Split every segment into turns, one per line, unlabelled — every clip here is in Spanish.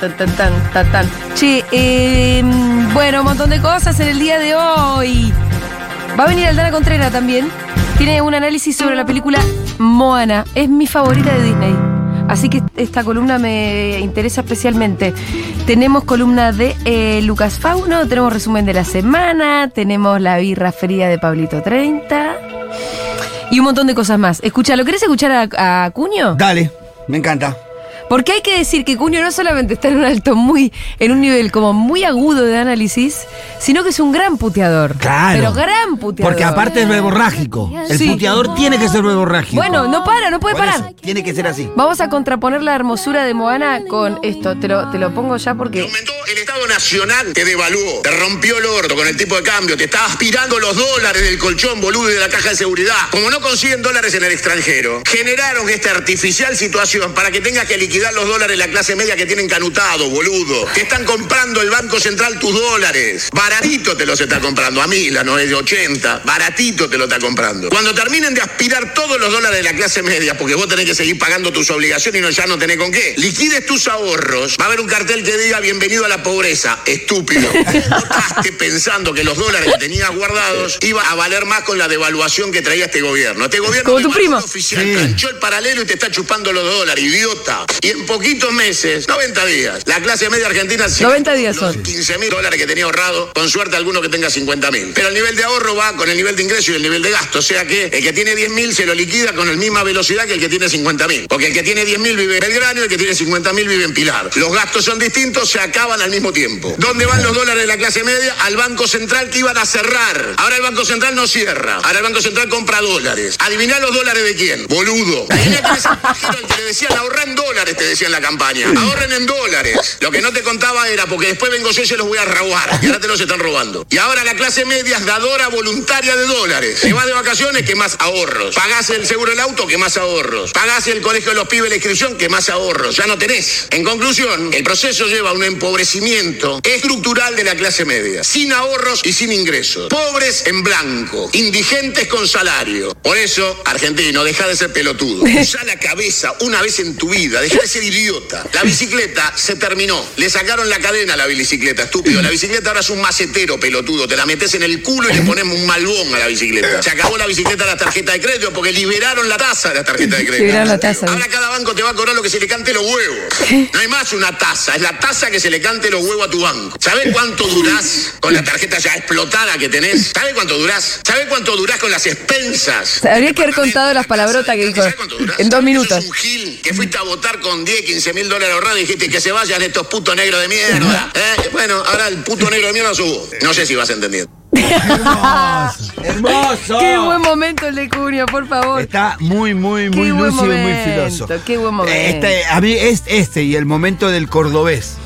tan, tan, tan, tan, tan.
Che, eh, bueno, un montón de cosas en el día de hoy. Va a venir Aldana Contreras también. Tiene un análisis sobre la película Moana. Es mi favorita de Disney. Así que esta columna me interesa especialmente. Tenemos columna de eh, Lucas Fauno, tenemos resumen de la semana, tenemos la birra fría de Pablito 30 y un montón de cosas más. Escúchalo, ¿querés escuchar a, a Cuño?
Dale, me encanta.
Porque hay que decir que Cuño no solamente está en un alto muy, en un nivel como muy agudo de análisis, sino que es un gran puteador.
Claro.
Pero gran puteador.
Porque aparte es verborrágico. El
Sí.
puteador tiene que ser verborrágico.
Bueno, pues, no para, no puede
Por eso,
parar.
tiene que ser así.
Vamos a contraponer la hermosura de Moana con esto. Te lo, te lo pongo ya porque.
Aumentó el Estado Nacional, te devaluó, te rompió el orto con el tipo de cambio, te está aspirando los dólares del colchón boludo y de la caja de seguridad. Como no consiguen dólares en el extranjero, generaron esta artificial situación para que tengas que liquidar los dólares la clase media que tienen canutado, boludo. Te están comprando el Banco Central tus dólares. Baratito te los está comprando, a mí, la 980. Baratito te lo está comprando. Cuando terminen de aspirar todos los dólares de la clase media, porque vos tenés que seguir pagando tus obligaciones y no, ya no tenés con qué, liquides tus ahorros, va a haber un cartel que diga bienvenido a la pobreza, estúpido. Votaste pensando que los dólares que tenías guardados iba a valer más con la devaluación que traía este gobierno. Este gobierno
Como tu
devaluó
primo.
el oficial,
Sí.
canchó el paralelo y te está chupando los dólares, idiota. Y en poquitos meses, 90 días, la clase media argentina se
90 días son.
15 mil dólares que tenía ahorrado, con suerte alguno que tenga 50 mil. Pero el nivel de ahorro va con el nivel de ingreso y el nivel de gasto, o sea que el que tiene 10 mil se lo liquida con la misma velocidad que el que tiene 50 mil. Porque el que tiene 10 mil vive en Belgrano y el que tiene 50 mil vive en Pilar. Los gastos son distintos, se acaban al mismo tiempo. ¿Dónde van los dólares de la clase media? Al Banco Central que iban a cerrar. Ahora el Banco Central no cierra, ahora el Banco Central compra dólares. Adiviná los dólares de quién, boludo. Adiviná quién es el pajero al que le decían ahorra en dólares, te decían la campaña. Ahorren en dólares. Lo que no te contaba era porque después vengo yo y se los voy a robar. Y ahora te los están robando. Y ahora la clase media es dadora voluntaria de dólares. Te vas de vacaciones, que más ahorros. Pagás el seguro del auto, que más ahorros. Pagás el colegio de los pibes, la inscripción, que más ahorros. Ya no tenés. En conclusión, el proceso lleva a un empobrecimiento estructural de la clase media. Sin ahorros y sin ingresos. Pobres en blanco. Indigentes con salario. Por eso, argentino, deja de ser pelotudo. Usa la cabeza una vez en tu vida. Deja de ser idiota. La bicicleta se terminó. Le sacaron la cadena a la bicicleta, estúpido. La bicicleta ahora es un macetero, pelotudo. Te la metes en el culo y le ponemos un malbón a la bicicleta. Se acabó la bicicleta de la tarjeta de crédito porque liberaron la tasa de la tarjeta de crédito.
Liberaron la tasa.
Ahora cada banco te va a cobrar lo que se le cante los huevos. No hay más una tasa, es la tasa que se le cante los huevos a tu banco. ¿Sabes cuánto durás con la tarjeta ya explotada que tenés? ¿Sabes cuánto durás? ¿Sabes cuánto durás con las expensas?
Habría que haber contado las palabrotas que dijo
¿Sabés cuánto durás?
en dos
Sos
minutos.
un gil que fuiste a votar con 10, 15 mil dólares ahorrados y dijiste que se vayan estos putos negros de mierda. ¿Eh? Bueno, ahora el puto negro de mierda subo. No sé si vas entendiendo.
¡Hermoso!
Qué buen momento el de Cuño, por favor.
Está muy, muy, muy
Qué buen
lúcido y muy
momento,
filoso.
qué buen momento.
Este, a mí es este y el momento del cordobés.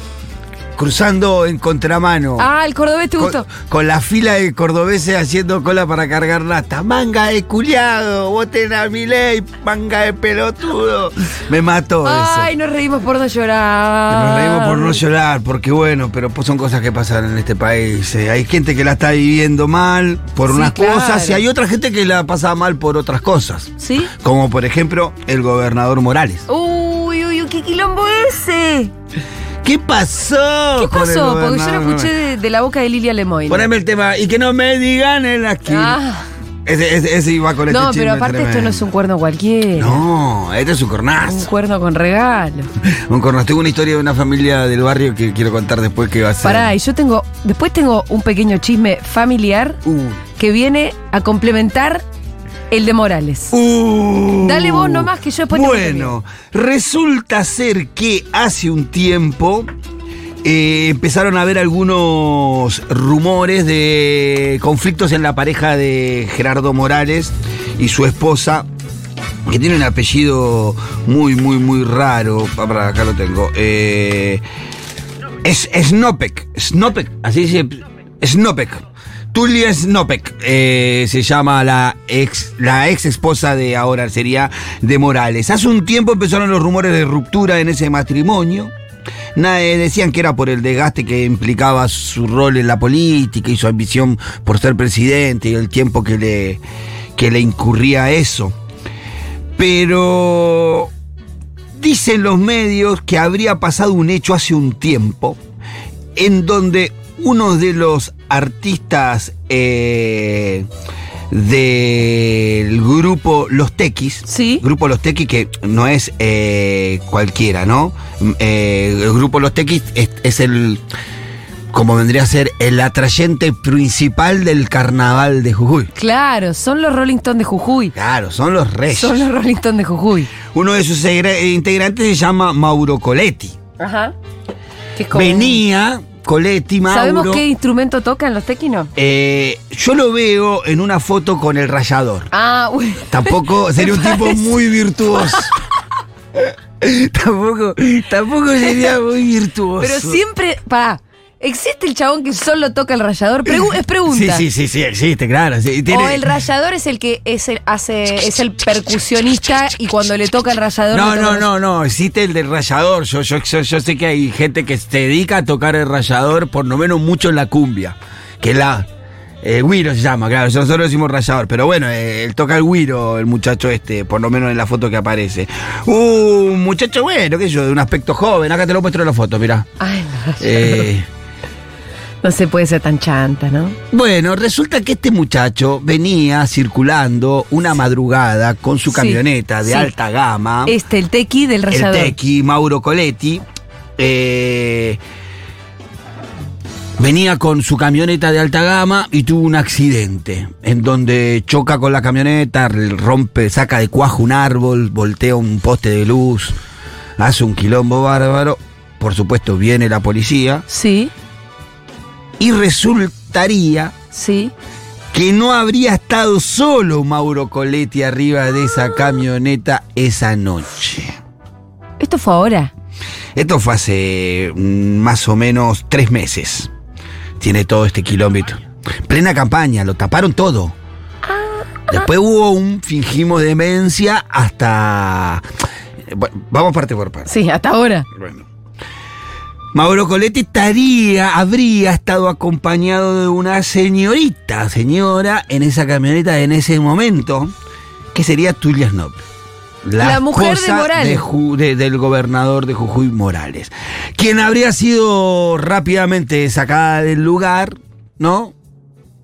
Cruzando en contramano.
Ah, el cordobés te
con,
gustó.
con la fila de cordobeses haciendo cola para cargar lata. Manga de culiado, voten a mi ley, manga de pelotudo. Me mató
Ay,
eso.
nos reímos por no llorar.
Nos reímos por
Ah.
no llorar, porque bueno, pero pues son cosas que pasan en este país. eh. Hay gente que la está viviendo mal por
Sí,
unas
claro.
cosas y hay otra gente que la pasa mal por otras cosas.
¿Sí?
Como por ejemplo el gobernador Morales.
Uy, uy, uy, qué quilombo ese.
¿Qué pasó?
¿Qué
con el
pasó? Porque yo
gobernador
lo escuché
Morales?
de, de la boca de Lilia Lemoyne.
Poneme el tema y que no me digan en la esquina.
Ah,
Ese, ese- ese iba con este
no,
chisme
pero aparte esto no
tremendo.
es un cuerno cualquiera.
No, este es un
Un
cornazo.
cuerno con regalo.
Un cornazo. Tengo una historia de una familia del barrio que quiero contar después que va a ser.
Pará, y yo tengo. Después tengo un pequeño chisme familiar
Uh.
que viene a complementar el de Morales.
Uh.
Dale vos nomás que yo después te cuento el mío.
Bueno, resulta ser que hace un tiempo eh, empezaron a haber algunos rumores de conflictos en la pareja de Gerardo Morales y su esposa. Que tiene un apellido muy, muy, muy raro. Pa- pará, acá lo tengo. Eh, es Snopek. Snopek. Así se. Snopek. Tulia Snopek eh, se llama la ex, la ex esposa de ahora sería de Morales. Hace un tiempo empezaron los rumores de ruptura en ese matrimonio. Nadie decían que era por el desgaste que implicaba su rol en la política y su ambición por ser presidente y el tiempo que le, que le incurría a eso. Pero Dicen los medios que habría pasado un hecho hace un tiempo en donde uno de los artistas eh, del grupo Los Tequis,
Sí.
grupo Los Tequis que no es eh, cualquiera, ¿no? Eh, el grupo Los Tequis es, es el, como vendría a ser, el atrayente principal del carnaval de Jujuy.
Claro, son los Rolling Stones de Jujuy.
Claro, son los reyes.
Son los Rolling Stones de Jujuy.
Uno de sus segre- integrantes se llama Mauro Coletti.
Ajá. Que es como-
Venía Coletti, Mauro.
¿Sabemos qué instrumento tocan los tequinos?
Eh, yo lo veo en una foto con el rayador.
Ah, uy.
Tampoco sería un tipo
parece.
muy virtuoso. tampoco, tampoco sería muy virtuoso.
Pero siempre. Pará. ¿Existe el chabón que solo toca el rayador? Pregu- es pregunta.
Sí, sí, sí, sí, existe, claro. sí, tiene-
O el rayador es el que es el, hace, es el percusionista y cuando le toca el rayador.
No,
le toca
no,
el-
no, no, existe el del rayador. Yo, yo, yo, yo sé que hay gente que se dedica a tocar el rayador, por lo menos mucho en la cumbia. Que la. El güiro se llama, claro, nosotros decimos rayador, pero bueno, eh, él toca el güiro, el muchacho este, por lo menos en la foto que aparece. Uh, Un muchacho bueno, qué sé yo, de un aspecto joven, acá te lo muestro en la foto, mirá.
Ay, no.
Eh,
No se puede ser tan chanta, ¿no?
bueno, resulta que este muchacho venía circulando una madrugada con su
Sí,
camioneta de
sí.
alta gama.
Este, el tequi del
el
rayador.
Tequi, Mauro Coletti, eh, venía con su camioneta de alta gama y tuvo un accidente en donde choca con la camioneta, rompe, saca de cuajo un árbol, voltea un poste de luz, hace un quilombo bárbaro. Por supuesto, viene la policía
Sí,
y resultaría
sí.
que no habría estado solo Mauro Coletti arriba de esa camioneta esa noche.
Esto fue ahora.
Esto fue hace mm, más o menos tres meses. Tiene todo este kilómetro. Plena campaña, lo taparon todo. Después hubo un fingimos demencia hasta. Bueno, vamos parte por parte.
Sí, hasta ahora.
Bueno. Mauro Coletti estaría, habría estado acompañado de una señorita, señora, en esa camioneta en ese momento, que sería Tulia Snob.
La mujer de
esposa
Morales.
Ju- de- del gobernador de Jujuy Morales, quien habría sido rápidamente sacada del lugar, ¿no?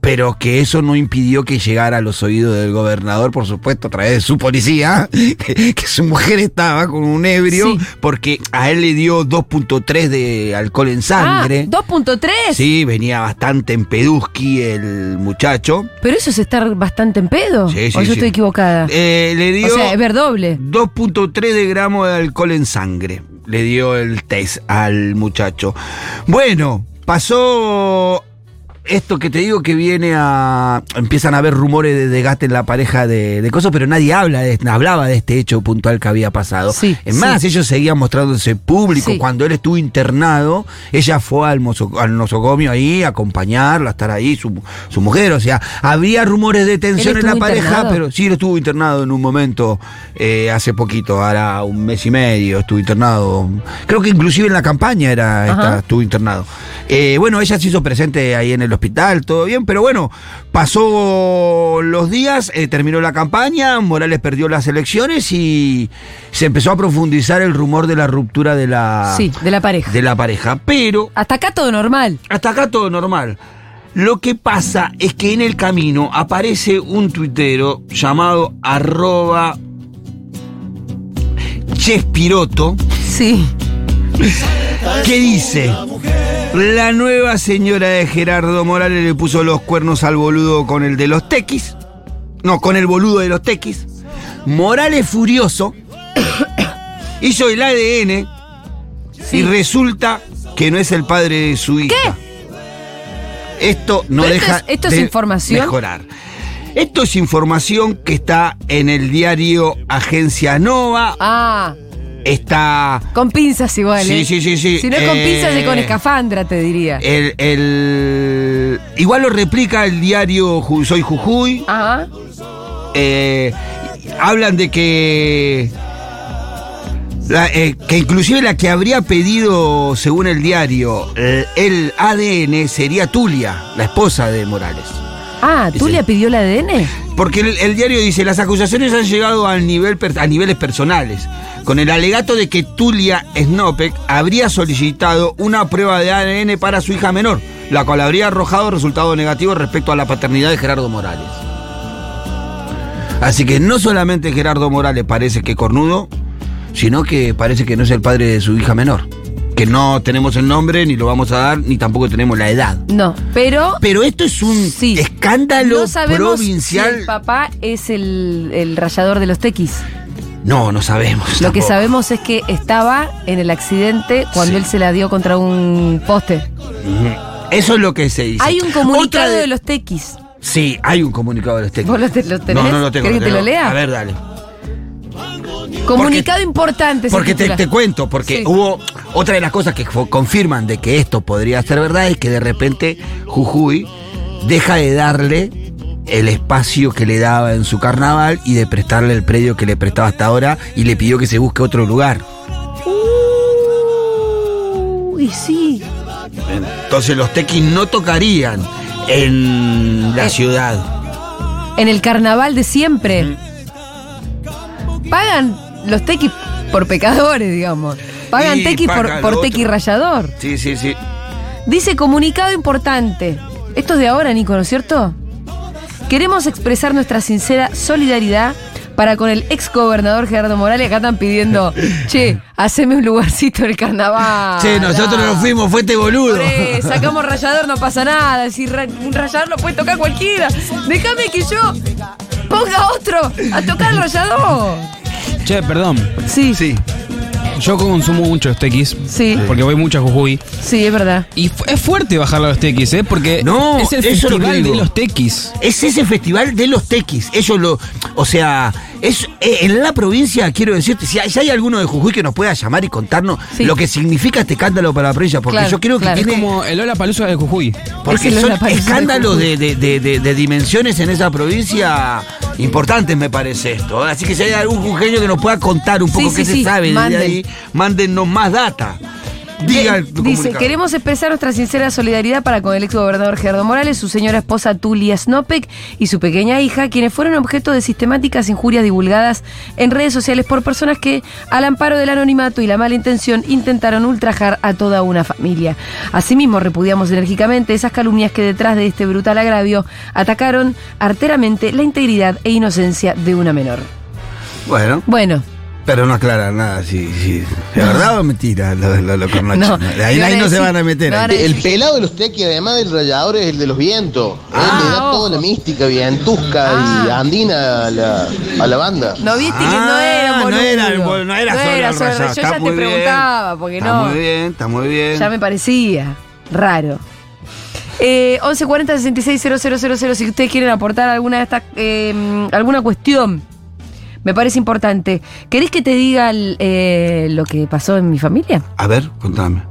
Pero que eso no impidió que llegara a los oídos del gobernador, por supuesto, a través de su policía, que, que su mujer estaba con un ebrio,
Sí.
porque a él le dio 2.3 de alcohol en sangre.
Ah, 2.3.
sí, venía bastante en Pedusky el muchacho.
Pero eso es estar bastante en pedo.
Sí, sí,
o yo
sí.
estoy equivocada.
Eh, le dio
Ah. o sea, es ver doble.
2.3 de gramos de alcohol en sangre. Le dio el test al muchacho. Bueno, pasó esto que te digo que viene a. Empiezan a haber rumores de desgaste en la pareja de, de cosas, pero nadie habla de, hablaba de este hecho puntual que había pasado.
Sí,
es más, ellos seguían mostrándose público.
Sí.
Cuando él estuvo internado, ella fue al, mozo- al nosocomio ahí a acompañarlo, a estar ahí, su, su mujer. O sea, había rumores de tensión en la
estuvo
pareja,
internado?
pero Sí, él estuvo internado en un momento eh, hace poquito, ahora un mes y medio estuvo internado. Creo que inclusive en la campaña era esta,
Ajá.
estuvo internado. Eh, bueno, ella se hizo presente ahí en el hospital, todo bien, pero bueno, pasó los días, eh, terminó la campaña, Morales perdió las elecciones y se empezó a profundizar el rumor de la ruptura de la,
Sí, de la pareja.
Ah. de la pareja. Pero
Hasta acá todo normal.
hasta acá todo normal. Lo que pasa es que en el camino aparece un tuitero llamado arroba Chespiroto
Sí.
que dice La nueva señora de Gerardo Morales le puso los cuernos al boludo con el de los tequis. No, con el boludo de los tequis. Morales furioso hizo el ADN y resulta que no es el padre de su hija. Esto no
Pero esto
deja
es- esto es
de
información.
mejorar. Esto es información que está en el diario Agencia Nova,
Ah,
está
con pinzas igual.
Sí,
¿eh?
sí, sí, sí.
Si no es con
Eh,
pinzas, es con escafandra, te diría.
el, el- igual lo replica el diario Ju- Soy Jujuy.
Ajá.
eh, hablan de que. la- eh, que inclusive la que habría pedido, según el diario, el, el ADN sería Tulia, la esposa de Morales.
Ah, ¿tú
Sí.
le pidió el ADN?
Porque el, el diario dice, las acusaciones han llegado al nivel per- a niveles personales, con el alegato de que Tulia Snopek habría solicitado una prueba de ADN para su hija menor, la cual habría arrojado resultado negativo respecto a la paternidad de Gerardo Morales. Así que no solamente Gerardo Morales parece que cornudo, sino que parece que no es el padre de su hija menor. Que no tenemos el nombre, ni lo vamos a dar, ni tampoco tenemos la edad.
No, pero
Pero esto es un
Sí.
escándalo
no sabemos
provincial.
si el papá es el, el rayador de los tequis.
No, no sabemos.
Lo que
tampoco.
sabemos es que estaba en el accidente cuando
Sí.
él se la dio contra un poste.
Eso es lo que se dice.
Hay un
Otra
comunicado de... los tequis.
Sí, hay un comunicado de los técnicos.
¿Vos lo, te- lo tenés?
No, no lo tengo.
¿Querés que te lo
tengo.
lea?
A ver, dale.
comunicado importante. se
Porque te,
titula.
te cuento, porque
Sí.
hubo otra de las cosas que fo- confirman de que esto podría ser verdad es que de repente Jujuy deja de darle el espacio que le daba en su carnaval y de prestarle el predio que le prestaba hasta ahora y le pidió que se busque otro lugar.
Uy, sí.
Entonces los tequis no tocarían en la
Eh.
ciudad.
En el carnaval de siempre. Pagan los tequis por pecadores, digamos. Pagan
Y
tequis
paga
por,
lo
por
otro.
tequi rayador.
Sí, sí, sí.
Dice comunicado importante. Esto es de ahora, Nico, ¿no es cierto? Queremos expresar nuestra sincera solidaridad para con el exgobernador Gerardo Morales. Acá están pidiendo, che, haceme un lugarcito en el carnaval.
Sí, nosotros
Dale.
nos fuimos, fue este boludo.
Hombre, sacamos rayador, no pasa nada. Si ra- un rayador lo puede tocar cualquiera. Déjame que yo ponga otro a tocar el rayador.
Che, perdón.
Sí, sí,
Sí.
Yo consumo mucho los tequis.
sí,
Porque voy mucho a Jujuy.
es verdad.
Y fu- es fuerte bajar a los tequis, ¿eh? Porque
No,
es el
eso es lo que
festival
digo.
de los tequis.
Es ese festival de los tequis. Ellos lo. O sea, es eh, en la provincia, quiero decirte, si hay, si hay alguno de Jujuy que nos pueda llamar y contarnos
Sí.
lo que significa este escándalo para la provincia, porque
Claro,
yo creo que
claro.
Es
tiene.
como el Ola Palusa de Jujuy.
Porque
Es el
son
Lollapalooza de
escándalos
Jujuy.
de, de- de- de- de dimensiones en esa provincia importantes, me parece esto. ¿eh? Así que si hay algún jujeño que nos pueda contar un poco
Sí,
qué
sí,
se
sí,
sabe de
manden.
ahí, mándennos más data.
Eh,
Diga el
Dice,
comunicado.
queremos expresar nuestra sincera solidaridad para con el exgobernador Gerardo Morales, su señora esposa Tulia Snopek y su pequeña hija, quienes fueron objeto de sistemáticas injurias divulgadas en redes sociales por personas que, al amparo del anonimato y la mala intención, intentaron ultrajar a toda una familia. Asimismo, repudiamos enérgicamente esas calumnias que detrás de este brutal agravio atacaron arteramente la integridad e inocencia de una menor.
Bueno,
Bueno,
pero no aclara nada, sí, sí. ¿De verdad o mentira lo, lo, lo con
No,
Nacho? De ahí,
iban
ahí
a
no se
decir-
van a meter.
no
ahí.
van a
El pelado de los tequis, además del rayador, es el de los vientos. Él
Ah,
le da
ojo.
toda la mística vientusca y
Ah.
andina a la, a la banda.
No viste que no era un
Ah, no era, el
boludo.
bol- no era solo el
solo-
rayado.
Yo
Está
ya te
muy bien.
preguntaba, porque
está
no.
Está muy bien, está muy bien.
Ya me parecía raro. Eh, 1140-660000, si ustedes quieren aportar alguna de estas, eh, alguna cuestión, me parece importante. ¿Querés que te diga el, eh, lo que pasó en mi familia?
A ver, contame.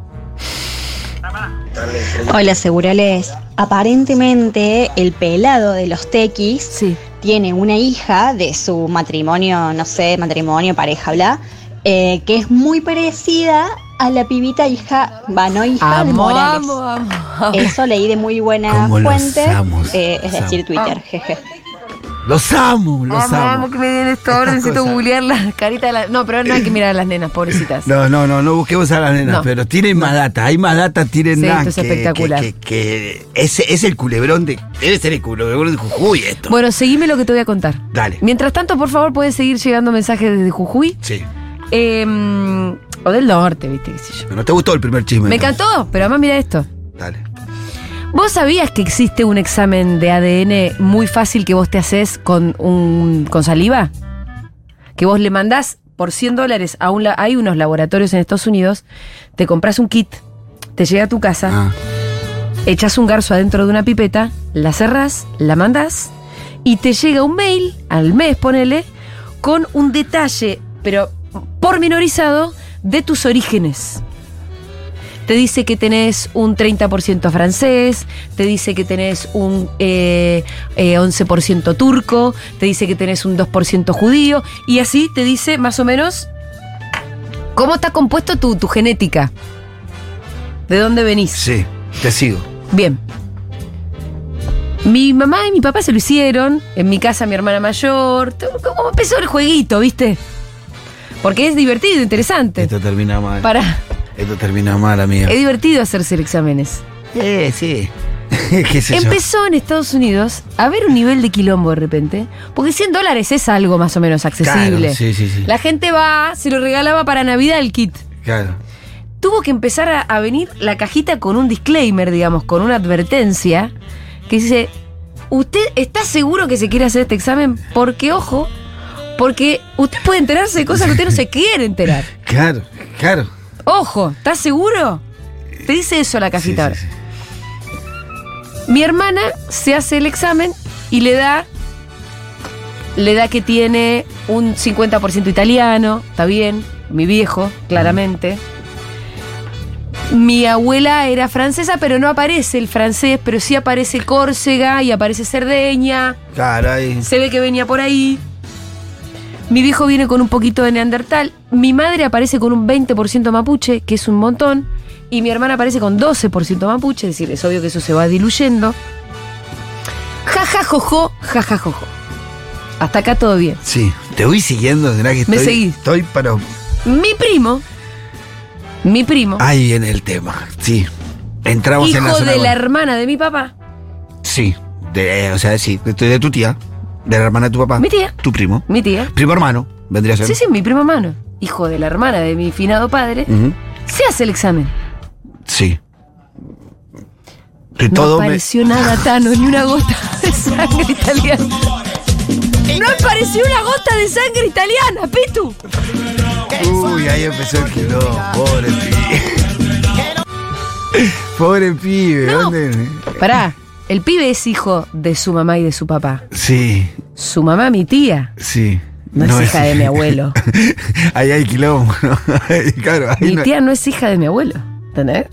Hola, Segurales. Aparentemente, el pelado de los tequis
Sí.
tiene una hija de su matrimonio, no sé, matrimonio, pareja, bla, eh, que es muy parecida a la pibita hija, va, no hija de
Amo,
Morales.
amo, amo.
Eso leí de muy buena
Cómo los
fuente,
amo, los
eh, es decir,
amo.
Twitter, jeje.
Los amo, los
Amo, amo
amo.
que me den esto ahora,
Estas
necesito
cosas.
googlear la carita de la... No, pero no hay que mirar a las nenas, pobrecitas.
No, no, no, no busquemos a las nenas,
No.
pero tienen más data, hay más data, tienen
Sí,
nada
esto es
que- que-
espectacular.
Que, que- ese es el culebrón de. Debe ser el culebrón de Jujuy esto.
Bueno, seguime lo que te voy a contar.
Dale.
Mientras tanto, por favor, pueden seguir llegando mensajes desde Jujuy.
Sí.
Eh, o del norte, viste, qué sé yo.
Pero no te gustó el primer chisme.
Me
entonces.
encantó, pero además mira esto.
Dale.
¿Vos sabías que existe un examen de ADN muy fácil que vos te haces con, un, con saliva? Que vos le mandás por 100 dólares a un... la- Hay unos laboratorios en Estados Unidos, te compras un kit, te llega a tu casa,
Ah,
echas un garzo adentro de una pipeta, la cerrás, la mandás y te llega un mail al mes, ponele, con un detalle, pero pormenorizado, de tus orígenes. Te dice que tenés un 30% francés, te dice que tenés un eh, eh, 11% turco, te dice que tenés un 2% judío, y así te dice más o menos cómo está compuesto tu, tu genética, de dónde venís.
sí, te sigo.
Bien. Mi mamá y mi papá se lo hicieron. En mi casa, mi hermana mayor. ¿Cómo empezó el jueguito, viste? Porque es divertido, interesante.
Esto termina mal.
Para.
Esto termina mal, amiga.
Es divertido hacerse exámenes.
Eh, sí. ¿Qué sé yo?
Empezó en Estados Unidos a haber un nivel de quilombo de repente, porque 100 dólares es algo más o menos accesible.
Claro, sí, sí, sí.
La gente va, se lo regalaba para Navidad el kit.
Claro.
Tuvo que empezar a, a venir la cajita con un disclaimer, digamos, con una advertencia, que dice, ¿usted está seguro que se quiere hacer este examen? Porque, ojo, porque usted puede enterarse de cosas que usted no se quiere enterar.
Claro, claro.
Ojo, ¿estás seguro? Te dice eso la
Sí,
cajita ahora.
sí, sí.
Mi hermana se hace el examen y le da. Le da que tiene un 50% italiano, está bien, mi viejo, claramente. Mi abuela era francesa, pero no aparece el francés, pero sí aparece Córcega y aparece Cerdeña.
Claro, ahí.
Se ve que venía por ahí. Mi viejo viene con un poquito de neandertal. Mi madre aparece con un 20% mapuche, que es un montón. Y mi hermana aparece con 12% mapuche, es decir, es obvio que eso se va diluyendo. Ja, ja, jojo, ja, ja, jojo. Hasta acá todo bien.
Sí. Te voy siguiendo, ¿verdad? Que
Me
estoy,
seguís.
Estoy para.
Mi primo, mi primo,
Ahí viene el tema. Sí. Entramos en la
Oh. hijo
zona.
de la
buena.
hermana de mi papá,
Sí. De, eh, o sea, sí. De, tu- de tu tía. De la hermana de tu papá.
Mi tía.
Tu primo.
mi tía.
Primo hermano. Vendría a ser.
Sí, sí, mi primo hermano, hijo de la hermana de mi finado padre,
Ujú.
se hace el examen.
Sí. Que
No
todo me.
apareció nada, Tano, ni una gota de sangre italiana. No apareció una gota de sangre italiana, Pitu.
Uy, ahí empezó el quilombo, pobre pibe. Pobre pibe,
No.
¿dónde?
Pará, el pibe es hijo de su mamá y de su papá.
Sí,
Su mamá, mi tía.
sí.
No es hija de mi abuelo.
Ahí hay quilombo, ¿no? claro, ahí
Mi
no.
tía no es hija de mi abuelo. ¿Entendés?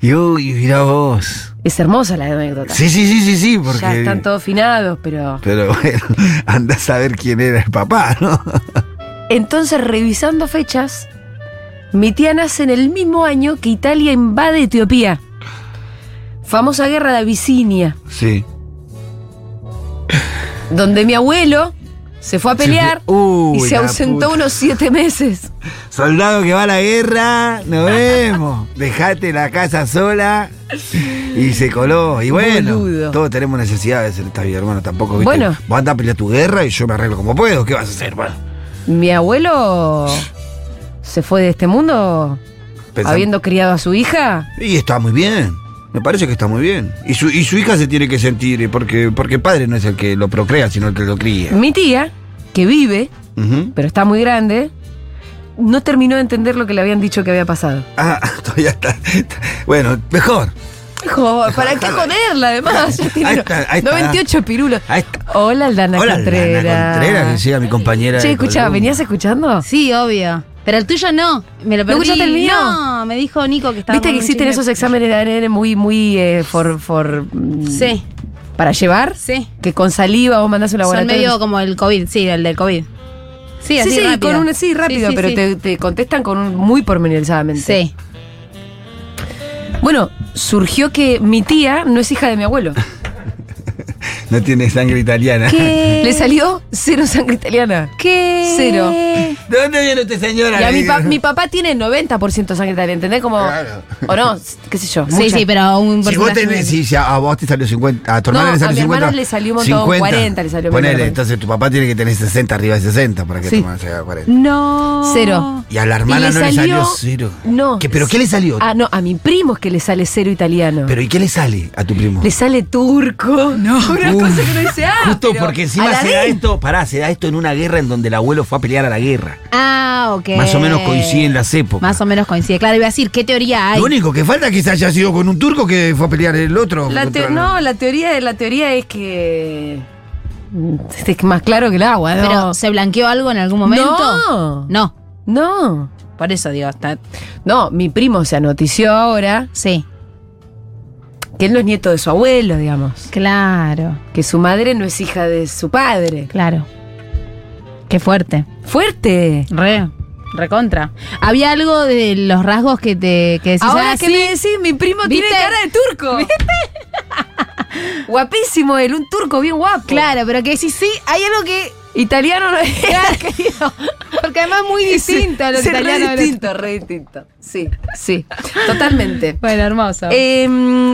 Y uy, mirá vos.
Es hermosa la anécdota.
Sí, sí, sí, sí, sí, porque.
Ya están todos finados, pero.
Pero bueno, anda a saber quién era el papá, ¿no?
Entonces, revisando fechas, mi tía nace en el mismo año que Italia invade Etiopía. Famosa guerra de Abisinia.
Sí.
donde mi abuelo se fue a pelear
Uy,
y se
la
ausentó
puta.
unos siete meses.
Soldado que va a la guerra, nos vemos. Dejate la casa sola. Y se coló. Y bueno,
Boludo.
todos tenemos necesidades en esta vida, hermano. Tampoco, ¿viste?
Bueno.
Vos andá a pelear tu guerra y yo me arreglo como puedo. ¿Qué vas a hacer, hermano?
Mi abuelo se fue de este mundo
Pensá-
habiendo criado a su hija.
Y está muy bien. Me parece que está muy bien. Y su, y su hija se tiene que sentir, eh, porque, porque el padre no es el que lo procrea, sino el que lo cría.
Mi tía, que vive,
Ujú.
pero está muy grande, no terminó de entender lo que le habían dicho que había pasado.
Ah, todavía está. está- Bueno, mejor.
Hijo, ¿para qué joderla además? Ya tiene
Ahí está, ahí está.
98 pirulos.
Ahí está.
Hola, Aldana
Hola,
Contreras.
Lana Contreras, que sea mi compañera.
Che,
de
escuchá,
columna.
¿venías escuchando?
Sí, obvio. Pero el tuyo no. Me lo
¿No
perdí.
escuchaste el mío?
No, me dijo Nico que estaba.
¿Viste
con
que
un
existen
chisme.
esos exámenes de ADN muy, muy, eh, for, for, mm,
Sí,
¿Para llevar?
sí.
Que con saliva vos mandás un
Son
laboratorio.
medio como el COVID, sí, el del COVID. Sí,
sí,
así
sí,
rápido.
con un sí, rápido,
sí,
pero
sí.
Te, te contestan con un muy pormenorizadamente.
Sí.
Bueno, surgió que mi tía no es hija de mi abuelo.
No tiene sangre italiana.
Le salió cero sangre italiana.
¿Qué?
Cero.
¿Dónde viene usted, señora?
Y a mi,
Digo.
pa- mi papá tiene 90% sangre italiana, ¿entendés? Como,
Claro.
O no, qué sé yo.
Sí,
mucha.
sí, pero un
Si vos
porcentaje
tenés,
muy-
si ya a vos te salió 50, a tu hermana
No,
le
a
salió
mi
50.
hermana le salió un montón, 40 le salió,
Ponele,
me acuerdo.
entonces tu papá tiene que tener 60 arriba de 60 para que
Sí.
tu hermana se haga 40.
No.
Cero.
Y a la hermana
Y
no le salió cero.
No.
¿Qué- pero qué le salió?
Ah, no, a mi primo es que le sale cero italiano.
Pero ¿y qué le sale a tu primo?
le sale turco. No. Una
Uf.
cosa que no dice ah.
Justo
pero
porque encima se da
Aladín.
esto, pará, se da esto en una guerra en donde el abuelo fue a pelear a la guerra.
Ah, ok.
Más o menos coinciden las épocas.
Más o menos coincide. Claro, iba a decir, ¿qué teoría hay?
Lo único que falta es que se haya sido con un turco que fue a pelear el otro.
La
contra
te-
el-
no, la teoría, de- la teoría es que. Es más claro que el agua, ¿no?
Pero, ¿se blanqueó algo en algún momento?
No.
No.
No.
Por eso digo, está.
No, mi primo se anotició ahora
Sí.
que él no es nieto de su abuelo, digamos.
Claro,
Que su madre no es hija de su padre.
claro. Qué fuerte.
¡Fuerte!
Re, recontra. Había algo de los rasgos que te que decís
Ahora
ah,
que
sí,
me decís, mi primo tiene
¿Viste?
cara de turco. Guapísimo él, un turco bien guapo.
Claro, pero que si sí, hay algo que.
Italiano no es.
Claro, querido. Porque además es muy distinto a lo
Sí,
italiano.
Re
del
distinto, re distinto. Sí, sí. Totalmente.
otro. Bueno, hermoso.
Eh,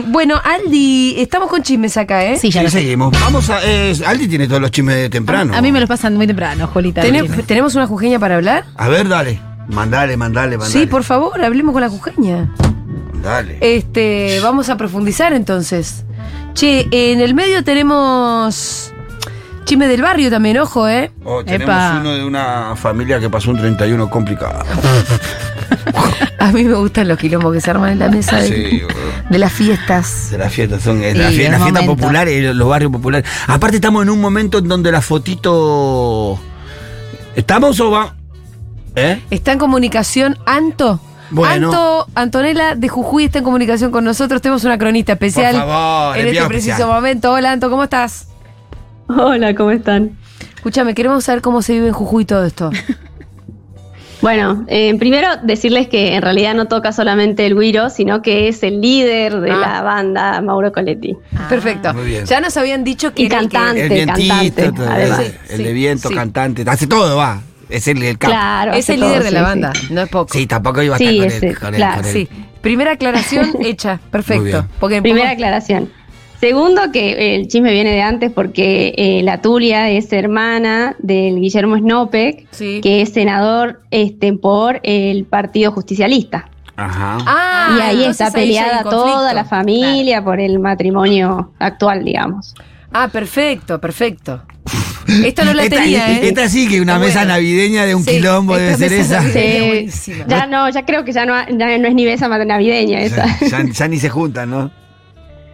bueno, Aldi, estamos con chismes acá, ¿eh?
sí, ya
Y
lo sé.
seguimos. Vamos a. eh, Aldi tiene todos los chismes de temprano.
A mí me los pasan muy temprano, Jolita.
¿Tene- ¿Tenemos una jujeña para hablar?
A ver, dale. Mandale, mandale, mandale.
Sí, por favor, hablemos con la jujeña.
Dale.
Este, vamos a profundizar entonces. Che, en el medio tenemos chisme del barrio también, ojo, ¿eh?
Oh, tenemos
Epa.
uno de una familia que pasó un 31 complicado.
A mí me gustan los quilombos que se arman en la mesa de,
Sí, boludo.
de las fiestas.
De las fiestas, son de
Sí,
las
es
fiestas, las fiestas
momento.
populares, los barrios populares. Aparte estamos en un momento en donde la fotito... ¿Estamos o va? ¿Eh?
Está en comunicación Anto.
Bueno.
Anto, Antonella de Jujuy está en comunicación con nosotros. Tenemos una cronista especial
Por favor,
en este
enviado
preciso
especial.
momento. Hola Anto, ¿cómo estás?
Hola, ¿cómo están?
Escúchame, queremos saber cómo se vive en Jujuy todo esto.
Bueno, eh, primero decirles que en realidad no toca solamente el Guiro, sino que es el líder de
Ah.
la banda Mauro Coletti.
Perfecto.
Muy bien.
Ya nos habían dicho que
Ah. Y
era el que-
cantante.
El
Cantante,
vientito,
cantante,
todo,
además.
el, el de
Sí,
viento,
sí.
cantante, hace todo, va. Es el, el capo.
Claro.
es
hace
el
todo,
líder de
sí,
la
sí.
banda, no es poco.
Sí, tampoco iba a estar
Sí,
con,
ese,
él, con él,
claro.
con él.
Sí, primera aclaración hecha,
Muy
perfecto.
bien.
Porque en
Primera
poco-
aclaración. Segundo, que eh, el chisme viene de antes porque eh, la Tulia es hermana del Guillermo Snopek,
Sí.
que es senador este, por el Partido Justicialista.
Ajá.
Ah,
y ahí
entonces
está
ya hay
peleada
un
toda
conflicto.
la familia por el matrimonio actual, digamos.
Ah, perfecto, perfecto. Esto no la
esta,
tenía, ¿eh?
esta sí que una
Está
mesa
bueno.
navideña de un
Sí,
quilombo
esta
debe ser
mesa
esa.
navideña.
Sí,
buenísima.
ya no, ya creo que ya no, ha- ya no es ni besa navideña esa.
Ya, ya- ya ni se juntan, ¿no?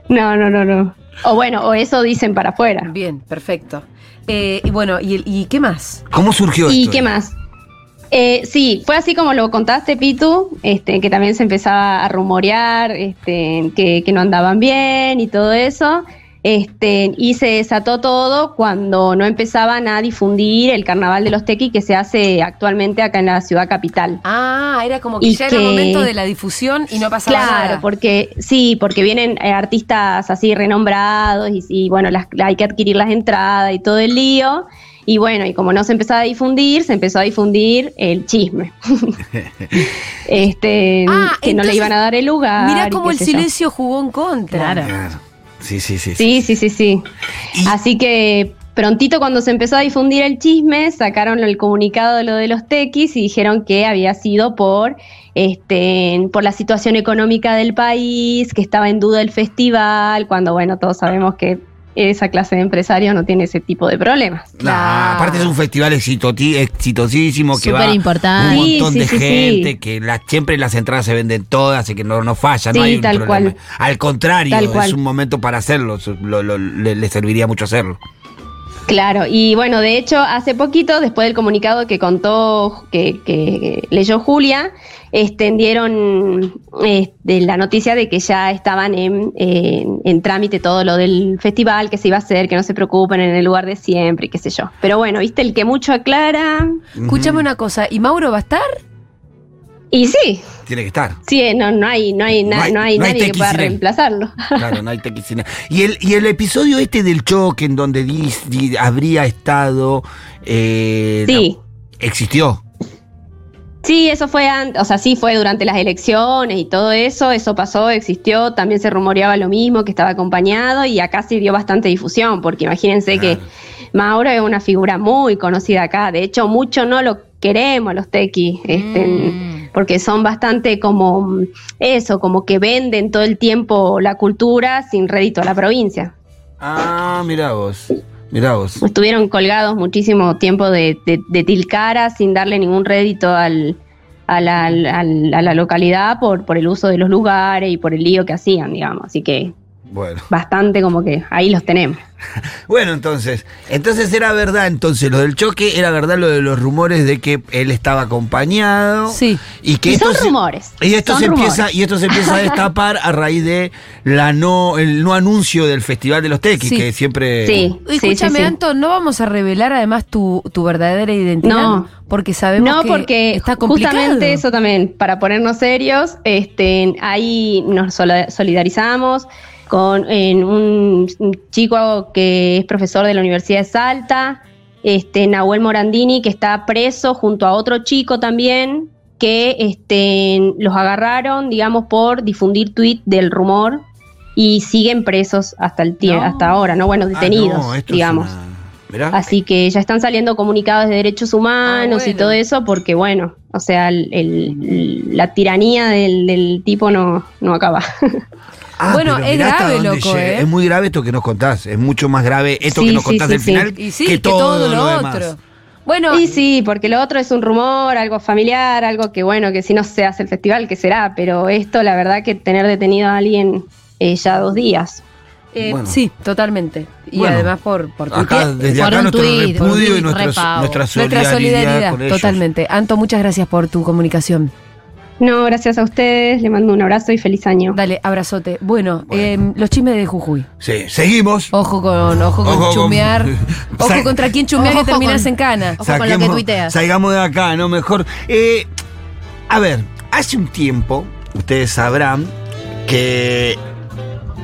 No, no, no, no. O bueno, o eso dicen para afuera.
Bien, perfecto. Eh, y bueno, ¿y, el- y qué más?
¿Cómo surgió
¿Y
esto?
qué más? Eh, sí, fue así como lo contaste, Pitu, este, que también se empezaba a rumorear, este, que, que no andaban bien y todo eso. Este, y se desató todo cuando no empezaban a difundir el carnaval de los tequis que se hace actualmente acá en la ciudad capital.
Ah, era como que
Y
ya era
que-
momento de la difusión y no pasaba nada.
Claro, porque sí, porque vienen eh, artistas así renombrados y, y, bueno, las, hay que adquirir las entradas y todo el lío. Y bueno, y como no se empezaba a difundir, se empezó a difundir el chisme. este,
Ah,
que no
entonces,
le iban a dar el lugar.
Mirá
y
cómo
qué
el
sé yo.
silencio jugó en contra.
Claro.
Claro. Sí, sí, sí.
Sí, sí, sí, sí.
Y-
Así que prontito cuando se empezó a difundir el chisme, sacaron el comunicado de lo de los tequis y dijeron que había sido por este por la situación económica del país, que estaba en duda el festival, cuando bueno, todos sabemos que esa clase de empresario no tiene ese tipo de problemas.
No, ah, aparte es un festival exitoti- exitosísimo que va
Súper importante.
un
Sí,
montón
sí,
de
sí, sí.
gente, que la- siempre las entradas se venden todas y que no, no falla, no
Sí,
hay un
tal
problema.
cual.
Al contrario,
Tal cual.
es un momento para hacerlo, su- lo- lo- le, le serviría mucho hacerlo.
Claro, y bueno, de hecho, hace poquito, después del comunicado que contó, que, que leyó Julia, extendieron eh, de la noticia de que ya estaban en, en- en trámite todo lo del festival, que se iba a hacer, que no se preocupen en el lugar de siempre, y qué sé yo. Pero bueno, viste, el que mucho aclara.
Escúchame una cosa, ¿y Mauro va a estar?
Y sí,
Tiene que estar.
sí, eh, no, no hay, no hay, na-
No hay-
no hay
no hay
nadie que
tequis
pueda
sin él.
reemplazarlo.
Claro, no hay tequisina. Y el, y el episodio este del choque en donde dis- di- habría estado. eh,
Sí.
la- existió.
Sí, eso fue antes, o sea, sí fue durante las elecciones y todo eso, eso pasó, existió, también se rumoreaba lo mismo, que estaba acompañado y acá sí dio bastante difusión, porque imagínense que Mauro es una figura muy conocida acá, de hecho mucho no lo queremos los tequis, este, porque son bastante como mm, eso, como que venden todo el tiempo la cultura sin rédito a la provincia.
Ah, mirá vos. Mirá vos.
Estuvieron colgados muchísimo tiempo de, de- de Tilcara sin darle ningún rédito al, a, la, al- a la localidad por, por el uso de los lugares y por el lío que hacían, digamos. Así que
Bueno.
bastante como que ahí los tenemos.
Bueno, entonces, entonces era verdad, entonces lo del choque era verdad lo de los rumores de que él estaba acompañado.
Sí.
Y que
Y
esto
son
se-
rumores,
Y esto
son
se empieza
rumores.
y esto se empieza a destapar a raíz de la no el no anuncio del Festival de los Tequis
Sí.
que siempre Ah,
Sí, sí, sí,
Escúchame,
sí.
Anto, no vamos a revelar además tu, tu verdadera identidad.
No.
Porque sabemos
No,
que
porque
está complicado.
justamente eso también, para ponernos serios, este, ahí nos sola- solidarizamos con en un un chico que es profesor de la Universidad de Salta, este, Nahuel Morandini, que está preso junto a otro chico también, que este, los agarraron, digamos, por difundir tuit del rumor y siguen presos hasta, el tie-
No.
hasta ahora, ¿no? Bueno, detenidos,
Ah, no, esto es
digamos.
una- Mirá.
Así que ya están saliendo comunicados de derechos humanos
Ah, bueno.
y todo eso, porque bueno, o sea, el- el- la tiranía del, del tipo no, no acaba.
Ah,
Bueno,
pero
es
mirá hasta
grave,
dónde
loco,
llega.
¿eh?
Es muy grave esto que nos contás. Es mucho más grave esto
Sí,
que nos
sí,
contás
sí,
del
sí.
final
Y sí,
que, todo, lo, demás.
otro. Bueno,
Y sí, porque lo otro es un rumor, algo familiar, algo que bueno, que si no se hace el festival, que será, pero esto la verdad que tener detenido a alguien eh, ya dos días.
eh,
Bueno.
sí, totalmente. Y
Bueno.
además por, por
Acá,
tuitear.
desde
Por
acá
un
nuestro
tuit, por un
repudio y
tuit,
nuestra,
repago.
nuestra solidaridad,
Nuestra solidaridad,
con ellos.
totalmente. Anto, muchas gracias por tu comunicación.
No, gracias a ustedes, le mando un abrazo y feliz año.
Dale, abrazote. Bueno,
Bueno.
em, los chismes de Jujuy.
Sí, seguimos.
Ojo con, ojo con
Ojo con-
chumear. ojo
Sa-
contra quién chumear
Ojo
que terminas
con-
en cana.
Ojo con lo que tuiteas.
Salgamos de acá, ¿no? Mejor. Eh, a ver, hace un tiempo, ustedes sabrán que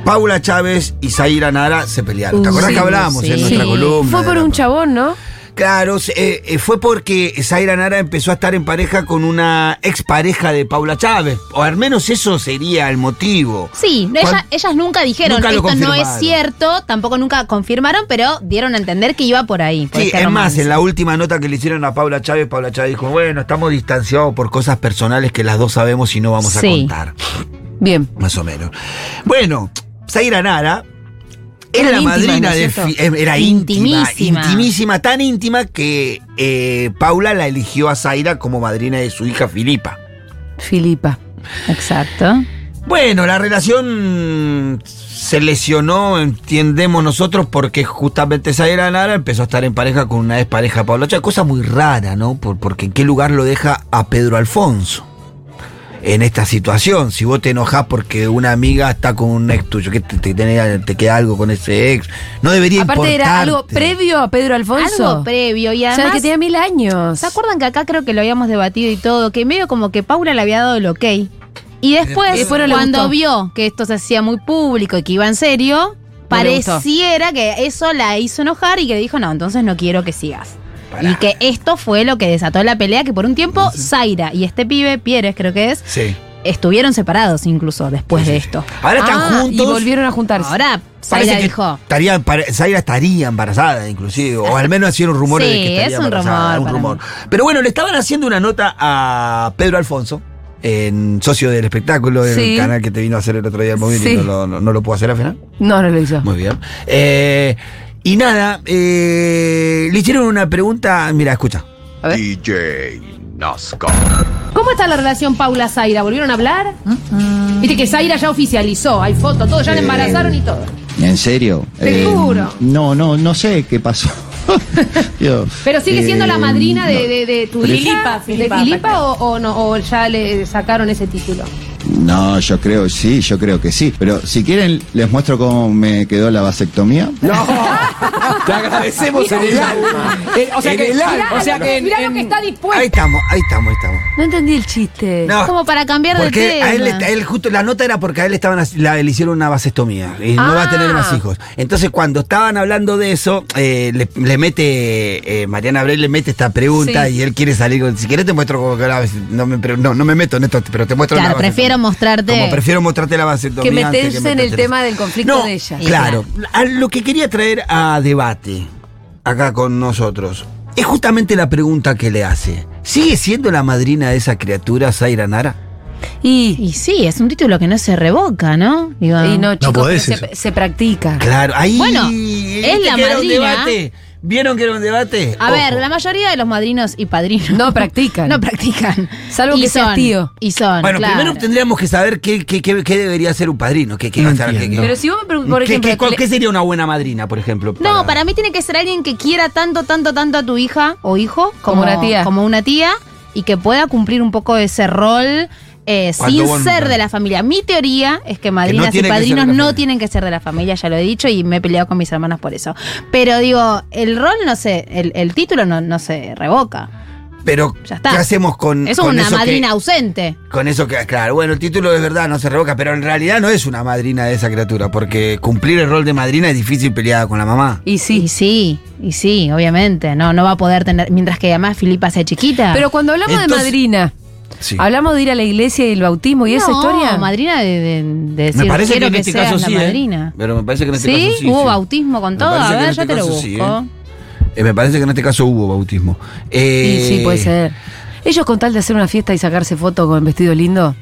Paula Chávez y Zaira Nara se pelearon.
Uh,
¿Te acordás
sí,
que hablábamos
sí.
en nuestra
Sí.
columna?
Fue por
de la-
un chabón, ¿no?
Claro, se- eh, eh, fue porque Zaira Nara empezó a estar en pareja con una expareja de Paula Chávez. O al menos eso sería el motivo.
Sí, no, ella-
Cuan-
ellas nunca dijeron
Nunca lo
esto no es
confirmaron".
cierto, tampoco nunca confirmaron, pero dieron a entender que iba por ahí. por
Sí,
este
es más,
romance.
en la última nota que le hicieron a Paula Chávez, Paula Chávez dijo, bueno, estamos distanciados por cosas personales que las dos sabemos y no vamos a
Sí.
contar,
Bien.
más o menos. Bueno, Zaira Nara era
Eran
la
íntimas,
madrina
¿no
de...
es cierto?
fi- eh, Era íntima,
Intimísima.
intimísima, tan íntima que eh, Paula la eligió a Zaira como madrina de su hija Filipa.
Filipa.
Exacto.
Bueno, la relación se lesionó, entendemos nosotros, porque justamente Zaira Nara empezó a estar en pareja con una expareja de Pablo Chávez. Cosa muy rara, ¿no? Por- porque en qué lugar lo deja a Pedro Alfonso en esta situación. Si vos te enojás porque una amiga está con un ex tuyo, que te, te, tenés- te queda algo con ese ex. No debería
Aparte era algo
importarte.
previo a Pedro Alfonso.
Algo previo y
Ya de
además...
que tenía mil años.
¿Se acuerdan que acá creo que lo habíamos debatido y todo? Que medio como que Paula le había dado el ok. Y después,
Después no le
cuando
gustó.
vio que esto se hacía muy público y que iba en serio,
No le gustó.
pareciera que eso la hizo enojar y que le dijo, no, entonces no quiero que sigas.
Pará.
Y que esto fue lo que desató la pelea, que por un tiempo Zaira y este pibe, Pieres creo que es,
Sí.
estuvieron separados incluso después
Sí,
de
sí,
esto.
sí. Ahora están
Ah,
juntos.
Y volvieron a juntarse.
Ahora
Parece
Zaira
que
dijo,
estaría, pare- Zaira estaría embarazada, inclusive. O al menos hicieron rumores
Sí,
de que estaría
es un
embarazada,
rumor
un
para
rumor. Pero bueno, le estaban haciendo una nota a Pedro Alfonso, en socio del espectáculo, del
Sí.
canal que te vino a hacer el otro día el móvil
Sí.
y no lo, no- no lo pudo hacer al final.
No, no lo hizo.
Muy bien. Eh, y nada, eh, le hicieron una pregunta. Mira, escucha.
DJ Nazca.
¿Cómo está la relación Paula-Zaira? ¿Volvieron a hablar? Viste que Zaira ya oficializó, hay fotos, todo, ya la embarazaron y todo.
¿En serio? Eh,
Te juro.
No, no, no sé qué pasó. Yo,
Pero sigue siendo
eh,
la madrina de,
no.
de, de tu hija, de Filipa o, o no, o ya le sacaron ese título.
No, yo creo, sí, yo creo que sí. Pero si quieren, les muestro cómo me quedó la vasectomía.
Te agradecemos en el alma. Eh, o sea
En
que,
el alma.
o sea que en-
Mirá lo
en-
que está dispuesto.
Ahí estamos, ahí estamos, ahí estamos.
No entendí el chiste.
No.
como para cambiar de
Porque
tema.
a él, le- a él justo la nota era porque a él estaban, haci- la- le hicieron una vasectomía y no va a tener
Ah.
más hijos. Entonces cuando estaban hablando de eso, eh, le, le mete eh, Mariana Abreu le mete esta pregunta
Sí.
y él quiere salir con, si querés te muestro cómo que la vas- no me pre- no, no me meto en esto, pero te muestro
Claro,
la vasectomía.
prefiero mostrarte-
Como prefiero mostrarte la vasectomía.
Que
antes
meterse en el
meterte
tema del conflicto
No,
de ella.
Claro, a lo que quería traer a debate acá con nosotros es justamente la pregunta que le hace. ¿Sigue siendo la madrina de esa criatura, Zaira Nara?
Y,
Y sí, es un título que no se revoca, ¿no? Digo,
y no, chicos,
podés
pero se,
eso.
se practica.
Claro, ahí.
Bueno,
¿viste
es la
que era un
madrina.
debate? ¿Vieron que era un debate?
A ver,
Ojo.
la mayoría de los madrinos y padrinos
No practican.
no practican.
Salvo que seas
son-
tío.
Y son.
Bueno,
claro.
primero tendríamos que saber qué, qué- qué- qué debería ser un padrino. Qué, qué,
No
o sea, qué- qué-
entiendo.
Pero si vos me preguntas, por
qué-
ejemplo,
qué- cuál-
le-
qué sería una buena madrina, por ejemplo?
No, para mí tiene que ser alguien que quiera tanto, tanto, tanto a tu hija o hijo
Como una tía.
Como una tía y que pueda cumplir un poco ese rol eh,
Cuando
sin
vos-
ser de la familia. Mi teoría es que madrinas y
tiene que ser de la
padrinos no
familia.
tienen que ser de la familia, ya lo he dicho y me he peleado con mis hermanas por eso. Pero digo, el rol no sé, el, el título no, no se revoca.
Pero,
Ya está.
¿qué hacemos con,
Es
con
una
eso que-
madrina ausente.
con eso que, claro, bueno, el título es verdad, no se revoca, pero en realidad no es una madrina de esa criatura, porque cumplir el rol de madrina es difícil peleada con la mamá.
Y sí.
Y sí, y sí, obviamente. No, no va a poder tener. Mientras que además Filipa sea chiquita.
Pero cuando hablamos de
Entonces-
madrina,
Sí.
hablamos de ir a la iglesia y el bautismo y esa
No,
historia.
madrina de, de- de decir,
me parece que
quiero
en
que,
este
seas
caso
la
sí. ¿eh?
madrina.
Pero me parece que en este
¿Sí?
caso sí.
¿Hubo
sí.
bautismo con
Me
todo?
parece
A
que en
ver,
este
ya te lo
caso
busco.
sí, Eh, me parece que en este caso hubo bautismo.
Y
Eh,
sí, puede ser. Ellos con tal de hacer una fiesta y sacarse fotos con vestido lindo,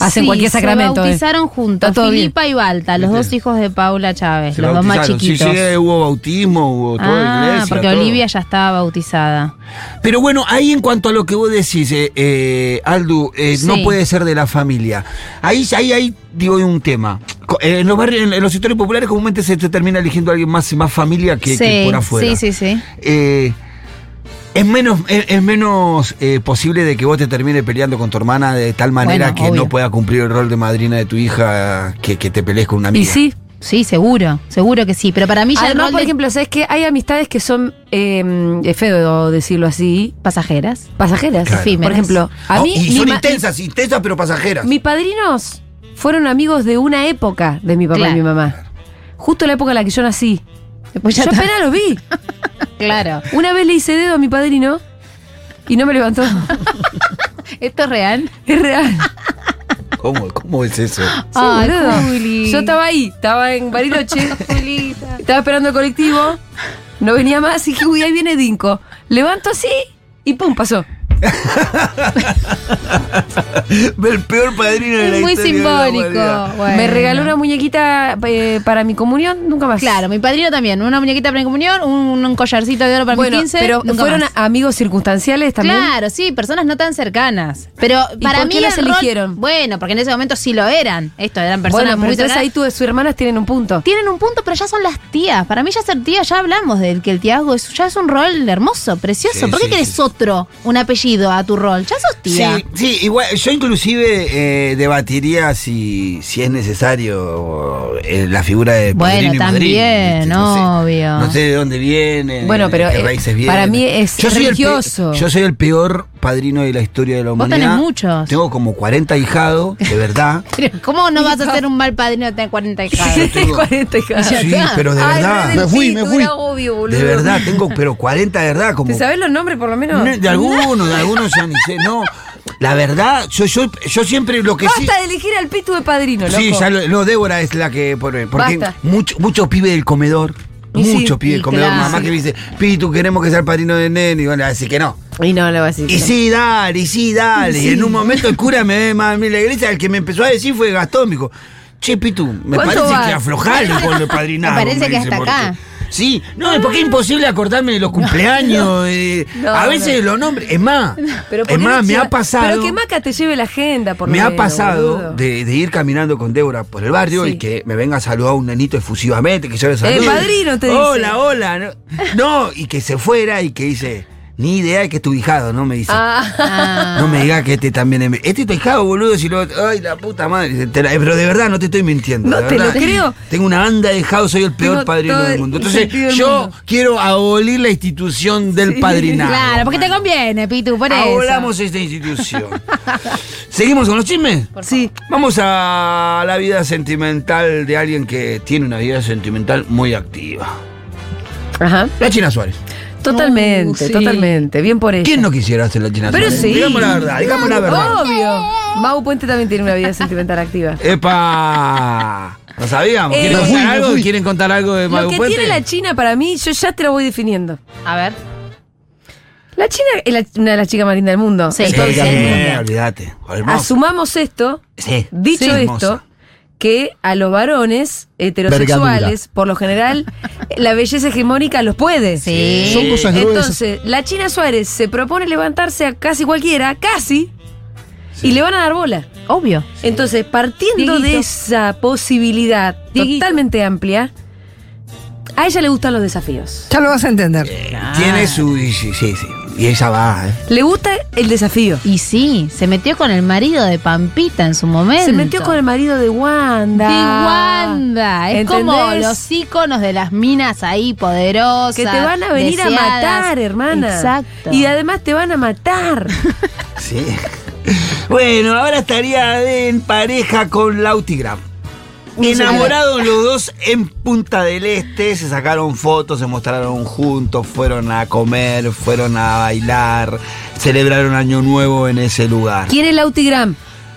hacen
Sí,
cualquier sacramento.
Se
¿eh?
bautizaron juntos,
Está todo bien.
Filipa y Balta, los
¿Viste?
dos hijos de Paula Chávez,
Este. se
los dos más
bautizaron. Sí,
chiquitos.
sí, hubo bautismo, hubo todo
ah,
iglesia.
porque
todo.
Olivia ya estaba bautizada.
Pero bueno, ahí en cuanto a lo que vos decís, eh, eh, Aldu, eh,
Sí.
no puede ser de la familia. Ahí, ahí, ahí digo hay un tema. Co- eh, En los, barrios, en- en los sectores populares comúnmente se te termina eligiendo a alguien más, más familia que,
sí,
que por afuera.
sí, sí, sí.
Eh, es menos, es, es menos eh, posible de que vos te termines peleando con tu hermana de tal manera
Bueno,
que
obvio.
no pueda cumplir el rol de madrina de tu hija que, que te pelees con una
Y
amiga.
sí.
Sí, seguro, seguro que sí. Pero para mí ya el
Además,
rol
por
de
ejemplo, ¿sabes que Hay amistades que son, eh, es feo decirlo así,
pasajeras.
pasajeras.
Claro.
Por ejemplo, a
Oh,
mí.
y
mi
son
ma-
intensas, intensas pero pasajeras.
Mis padrinos fueron amigos de una época de mi papá
Claro.
y mi mamá. Justo la época en la que yo nací.
Después Pues ya
yo
está-
apenas los vi.
Claro.
Una vez le hice dedo a mi padrino y no me levantó.
¿Esto es real?
Es real.
¿Cómo, ¿Cómo es eso?
Sí,
Ay,
boludo.
Juli.
Yo estaba ahí, estaba en Bariloche. estaba esperando el colectivo. No venía más y dije, uy, ahí viene Dinko. Levanto así y pum, pasó.
El peor padrino de la
Es muy
historia de la humanidad.
simbólico.
Me
bueno.
regaló una muñequita eh, para mi comunión, nunca más.
Claro, mi padrino también. Una muñequita para mi comunión, un, un collarcito de oro para
Bueno,
mi 15.
pero
nunca
fueron
más.
amigos circunstanciales también.
Claro, sí, personas no tan cercanas. Pero
¿Y
para
por
mí
qué las
el rol-
eligieron?
bueno, porque en ese momento sí lo eran. Esto eran personas
bueno, pero
muy
entonces
cercanas.
ahí tú, sus hermanas tienen un punto.
Tienen un punto, pero ya son las tías. Para mí ya ser tía, ya hablamos de que el tiazgo es, ya es un rol hermoso, precioso.
Sí,
¿Por qué
sí,
querés
sí.
otro, un apellido a tu rol? Ya sos
Sí,
tía.
sí, igual, yo inclusive eh, debatiría si, si es necesario eh, la figura de
Bueno,
padrino y madrina,
también,
¿viste? no sé,
obvio.
No sé de dónde viene,
Bueno, pero,
de qué
eh,
raíces viene.
para mí es
soy el pe-
religioso.
yo soy el peor padrino de la historia de la
Vos
humanidad.
tenés muchos.
Tengo como 40 hijados, de verdad.
Pero ¿Cómo no vas a ser un mal padrino de tener 40 hijas?
40 hijas.
sí, pero de
Ay,
Ah, verdad.
Red del
Me fui,
Pito,
me fui.
era obvio, boludo.
de verdad, tengo pero 40 de verdad, como
¿Te sabés los nombres por lo menos?
No, De algunos, de algunos ya ni sé. No, la verdad, yo, yo, yo siempre lo que
Basta
sí.
de elegir al pitu de padrino, loco.
Sí, ya lo- no, Débora es la que pone. Porque
Basta.
mucho- muchos pibes del comedor.
Y sí,
Muchos pibes
y
del comedor.
claro.
Mamá que me dice, Pitu, queremos que sea el padrino de nene. Y bueno, así que no.
Y no le vas a decir.
Y sí, dale, y sí, dale. Y en un momento el cura me ve más a mí en la iglesia. El que me empezó a decir fue Gastón. Me dijo, che, Pitu, me
¿Cuánto
parece
vas?
que aflojale con el padrinado.
Me parece que hasta
porque-
acá.
Sí, no, es porque es imposible acordarme de los cumpleaños. eh,
No,
a veces
no.
los nombres. Es más,
Pero ¿por qué
es más,
no
me
lleva-
ha pasado.
Pero que Maca te lleve la agenda, por lo
Me ha
menos, boludo.
pasado de, de ir caminando con Débora por el barrio
Sí.
y que me venga a saludar un nenito efusivamente, que yo le saludo.
padrino, te
Hola,
dice.
hola. No, No, y que se fuera y que dice, ni idea de que es tu hijado, ¿no? Me dice.
Ah,
No me digas que este también es... mi- Este es tu hijado, boludo, si lo... Ay, la puta madre. Te la- Pero de verdad, no te estoy mintiendo.
No
de
te lo
verdad.
creo.
Tengo una banda de hijado, soy el peor
Tengo
padrino
todo
del
el
mundo. Entonces,
sentido del
yo
mundo.
quiero abolir la institución del padrinado.
Claro, porque te conviene, Pitu, por eso.
Abolamos esta institución. ¿Seguimos con los chismes?
sí.
Vamos a la vida sentimental de alguien que tiene una vida sentimental muy activa.
Ajá.
La China Suárez.
Totalmente, totalmente. Bien por ella.
¿Quién no quisiera ser la China
Pero
Suárez?
sí.
Digamos la verdad, digamos la verdad.
Obvio. Mau Puente también tiene una vida sentimental activa.
¡Epa! No sabíamos.
Eh,
¿Quieren
Me
contar
fui, me
algo?
fui.
¿Quieren contar algo de
Lo
Mago
que
Puente?
tiene la China para mí, yo ya te lo voy definiendo.
A ver.
La China es la- una de las chicas más lindas del mundo.
Sí.
Sí,
Entonces,
eh, olvídate. Hermosa.
asumamos esto,
Sí.
dicho
Sí.
esto,
Hermosa.
que a los varones heterosexuales, por lo general, la belleza hegemónica los puede.
Sí.
Son cosas gruesas.
Entonces, la China Suárez se propone levantarse a casi cualquiera, casi, y le van a dar bola.
Obvio.
Entonces, partiendo de
Dieguito.
esa posibilidad
Dieguito.
totalmente amplia, a ella le gustan los desafíos.
Ya lo vas a entender.
Tiene su. Sí, sí. sí. Y ella va, ¿eh?
Le gusta el desafío.
Y sí, se metió con el marido de Pampita en su momento.
Se metió con el marido de Wanda.
De Wanda. Es
¿Entendés?
como los íconos de las minas ahí poderosas.
Que te van a venir
deseadas.
a matar, hermana.
Exacto.
Y además te van a matar.
Sí. Bueno, ahora estaría en pareja con Lautigram. Enamorados los dos en Punta del Este, se sacaron fotos, se mostraron juntos, fueron a comer, fueron a bailar, celebraron Año Nuevo en ese lugar.
¿Quién es Lautigram?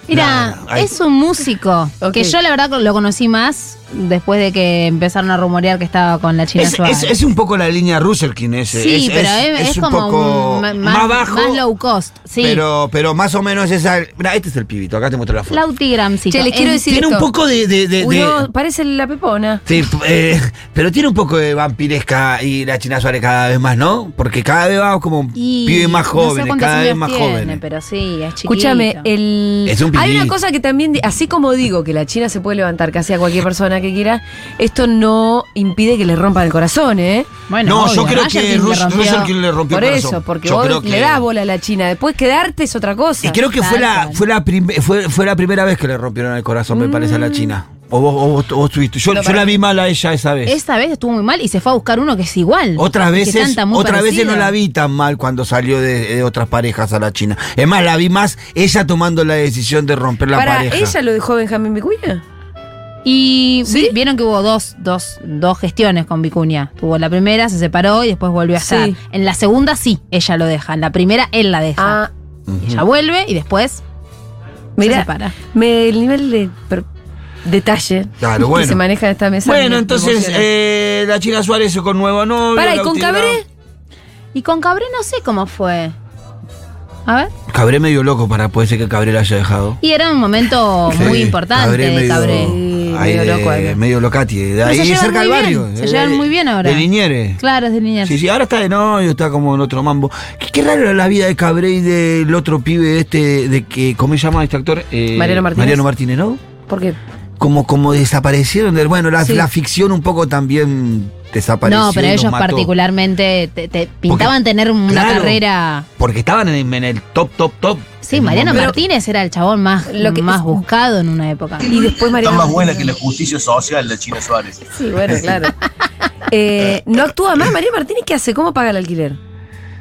Mira,
No, no, ahí-
es un músico
Ok.
que yo la verdad lo conocí más después de que empezaron a rumorear que estaba con la China
Es,
Suárez.
es- es un poco la línea Ruselkin ese.
sí,
es,
pero
es-
es,
es
es
un
como
poco
un- ma-
más, bajo,
más low cost. Sí.
pero, pero más o menos esa... Mirá, este es el pibito, acá te muestro la foto.
Lautigrancito.
Che, les quiero
Es-
decir
Tiene un
esto.
poco de- de-
Eh,
de-
Uy,
de,
no, parece la pepona.
Sí, eh, pero tiene un poco de vampiresca y la China Suárez cada vez más, ¿no? Porque cada vez va como
Y
pibe más
no sé
joven,
cuántos
cada vez
años
más
tiene,
joven.
Pero sí, es chiquito.
Escúchame, el...
Es un
hay
pibito.
una cosa que también, di- así como digo que la China se puede levantar casi a cualquier persona que quiera, esto no impide que le rompan el corazón, ¿eh?
Bueno,
No, yo
obvio,
creo
Ryan
que
King le
Rus-
rompió.
Russell King le rompió
Por
el corazón.
eso, porque
Yo creo
vos
que-
le das bola a la China, después quedarte es otra cosa.
Y creo que fue la,
Claro.
fue, la prim- fue, fue la primera vez que le rompieron el corazón, me parece, a
Mm.
la China. O vos, o vos, vos tuviste. Yo, yo la vi mal a ella esa vez.
Esta vez estuvo muy mal y se fue a buscar uno que es igual.
Otras
que
veces,
canta muy
otras veces
parecido.
no la vi tan mal cuando salió de, de otras parejas a la China. Es más, la vi más ella tomando la decisión de romper la
Para
pareja.
ella lo dejó Benjamín Vicuña.
Y vi-
¿Sí?
vieron que hubo dos, dos, dos gestiones con Vicuña. Tuvo la primera, se separó y después volvió a
Sí.
estar. En la segunda sí, ella lo deja. En la primera él la deja.
Ah,
Ella vuelve y después se
mira,
separa.
me- el nivel de per- detalle
Claro, bueno.
que se maneja en esta mesa.
Bueno,
me
entonces
emociona.
eh, la China Suárez con nuevo novio.
Para, ¿y con
Lautino.
Cabré?
Y con Cabré no sé cómo fue. A ver.
Cabré medio loco para puede ser que Cabré la haya dejado.
Y era un momento
Sí,
Oh, muy importante de Cabré. eh.
Sí,
ahí
medio
de-
loco algo.
medio locati. de
Pero se
ahí
llevan
cerca del
muy
barrio.
bien,
de-
se llevan muy bien ahora.
De Liniers.
Claro, es de niña.
Sí, sí, ahora está de novio, está como en otro mambo. Qué, qué raro era la vida de Cabré y del otro pibe este, de que, ¿cómo se llama este actor? Eh,
Mariano Martínez.
Mariano Martínez, ¿no?
¿Por qué?
Como, como desaparecieron del. Bueno, la,
Sí.
la ficción un poco también desapareció.
No, pero
y los
ellos
mató.
particularmente te, te pintaban tener una
claro.
carrera.
Porque estaban en, en el top, top, top.
Sí,
En un
Mariano
momento.
Martínez era el chabón más,
Lo que-
más buscado en una época.
Y después María.
la justicia social de China Suárez.
Sí, bueno, claro. Eh, no actúa más María Martínez, ¿qué hace? ¿Cómo paga el alquiler?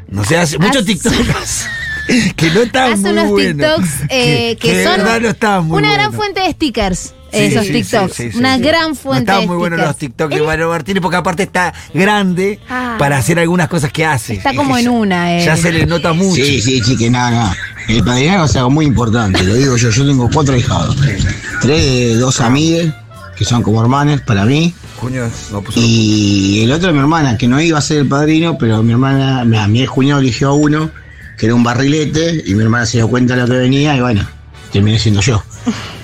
No sé, hace muchos
Hace-
TikToks que no están
Hace
muy
unos
buenos,
TikToks eh, que,
de
son
verdad no estaban muy
una gran
buenos.
fuente de stickers. eh,
Sí,
esos
sí,
TikToks.
sí, sí, sí,
una
sí.
gran
No
fuente
estaban
de
muy buenos los
stickers.
TikToks de
Él
Mario Martínez porque aparte está grande
Ah.
para hacer algunas cosas que hace.
Está
Y
como
que
en
ya-
una, eh.
Ya se le nota mucho.
Sí, sí, sí, que nada, El padrinazgo es algo muy importante, lo digo yo. Yo tengo cuatro hijados. Tres de dos amigas, que son como hermanas para mí.
Cuño, no pues, puso-
Y el otro de mi hermana, que no iba a ser el padrino, pero mi hermana, mi, mi cuñado eligió a uno, que era un barrilete, y mi hermana se dio cuenta de lo que venía, y bueno, terminé siendo yo.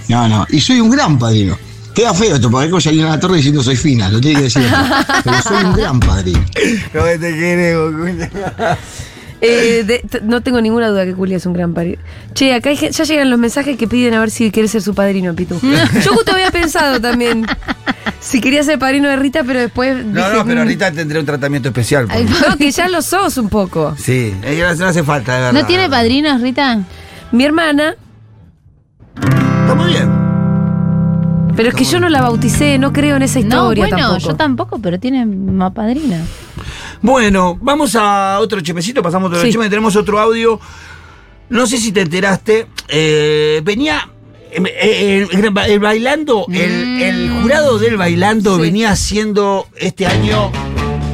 No, no, y soy un gran padrino. Queda feo esto, porque hay que a la torre diciendo soy fina, lo tiene que decir. otro. Pero soy un gran padrino.
No este te queremos, cuño.
Eh, de- t- no tengo ninguna duda que Julia es un gran parido. Che, acá hay gen- ya llegan los mensajes que piden a ver si quiere ser su padrino, Pitu. Yo justo había pensado también si quería ser padrino de Rita, pero después.
No,
dije,
no, pero
mm,
ahorita tendré un tratamiento especial. por-
No, que ya lo sos un poco.
Sí, eh, no hace falta, de verdad.
¿No tiene padrinos, Rita?
Mi hermana,
Está muy bien.
pero es que yo no la bauticé, no creo en esa
No,
historia
bueno,
tampoco.
yo tampoco, pero tiene más padrino.
Bueno, vamos a otro chemecito, pasamos a otro
Sí.
cheme, tenemos otro audio. No sé si te enteraste, eh, venía eh, eh, el, el bailando, el, el
Mm.
jurado del bailando
Sí.
venía haciendo este año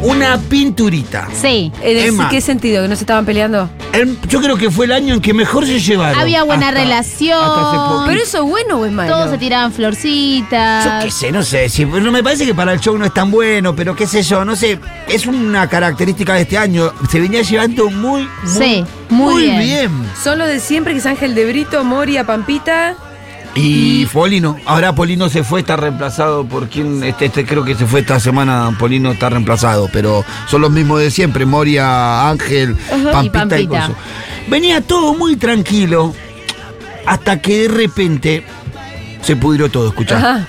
una pinturita.
Sí.
En el-
Emma.
¿Qué sentido? ¿Que no se estaban peleando?
El- yo creo que fue el año en que mejor se llevaron.
Había buena
Hasta-
relación.
hasta hace poco.
¿Pero eso es bueno o es malo?
Todos se tiraban
Yo
florcitas.
qué sé, no sé. si- no me parece que para el show no es tan bueno, pero qué sé yo, no sé. Es una característica de este año. Se venía llevando muy, muy,
Sí, muy bien.
Son los de siempre, que es Ángel de Brito, Moria, Pampita.
Y Polino. Ahora Polino se fue, está reemplazado por quien. Este, este creo que se fue esta semana. Polino está reemplazado, pero son los mismos de siempre: Moria, Ángel,
Ajá. Y
Pampita y,
Pampita.
coso. Venía todo muy tranquilo hasta que de repente se pudrió todo. Escuchá.
Ajá.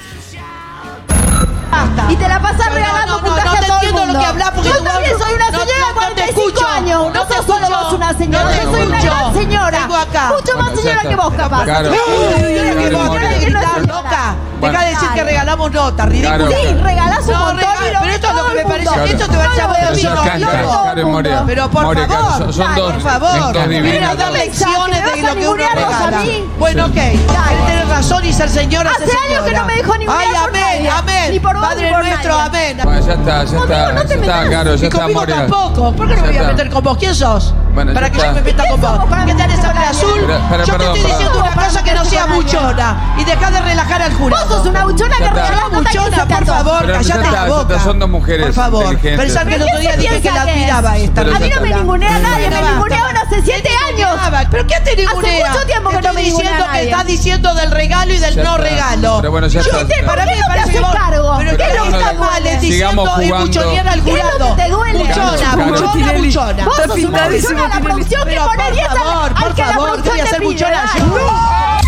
plata.
Y te la pasas regalando puntaje
no,
a
te
todo el
entiendo lo
mundo.
que hablas porque
Yo
tu
también
barrio-
soy una
no,
señora
no,
de
no te
45
escucho,
años.
no
No,
te
soy solo
escucho.
vos una señora.
No te
yo soy una
escucho.
gran señora.
Vengo acá.
Mucho más
Bueno,
señora
ya
que
está.
vos, capaz.
Claro. Deja de gritar, loca.
Bueno.
Deja de decir que regalamos notas, ridículo.
Sí, regalás un
No,
montón
rega-
y lo
Pero esto es lo que me parece,
Claro.
esto te va a llamar
Pero
de
sos
loco.
canca,
loco.
Karen Morea.
Pero por
Morea,
favor,
Karen, son- son
dale,
dos-
por favor,
dos divinas.
vienen a dar lecciones
Mensaje,
de
me vas
lo
a
que uno
ningunearnos a
regala.
mí.
Bueno, ok, él tiene razón y ser señora,
Hace
ser
años que
señora.
no me dejó ninguna
Ay,
por
amén,
nadie.
amén.
Ni por vos,
Padre
ni por
nuestro,
nadie.
amén.
Bueno, ya está, ya está,
Conmigo no te
ya está,
metas.
Caro, ya
Y
está,
conmigo
Moria.
tampoco. ¿Por qué no me
Ya
voy a
está.
meter con vos? ¿Quién sos?
Bueno,
para
ya
que yo
está.
me meta con vos. ¿Qué tenés sangre azul?
Pero, pero,
yo te
perdón,
estoy
perdón.
diciendo una cosa que no sea buchona. Y dejá de relajar al jurado.
Vos sos una buchona que
No,
regalás notas que
buchona,
hiciste a
por
todos.
favor,
Pero ya
callate
está,
la
ya
boca.
está, son dos mujeres
Por favor,
inteligentes.
pensar que el
¿Pero
otro
quién
día
se
dije que la
piensa que es?
admiraba esta.
Pero
A mí no me ningunea nadie, me ninguneaban hace 7 años.
¿Pero qué te ningunea?
mucho tiempo que
Te
no me
estoy diciendo
ningunea
que
nadie.
estás diciendo del regalo y del
Ya
no
está.
regalo.
Pero bueno, ya
Yo
está.
te-
Pero
Para mí
¿por
me
qué no te
parece
haces
vos-
cargo?
Pero
¿Qué
¿qué
no
está
le-
mal? Es
Sigamos
diciendo y
jugando.
buchonear al
¿Qué es lo
jurado.
que te duele?
Buchona,
Caro,
buchona,
Caro.
buchona.
Vos sos una
pintadísimo,
buchona, la producción que
Pero
pone 10
por favor,
al, al
por
que la
favor, te
producción
voy a
te
hacer
pide,
buchona.
dale.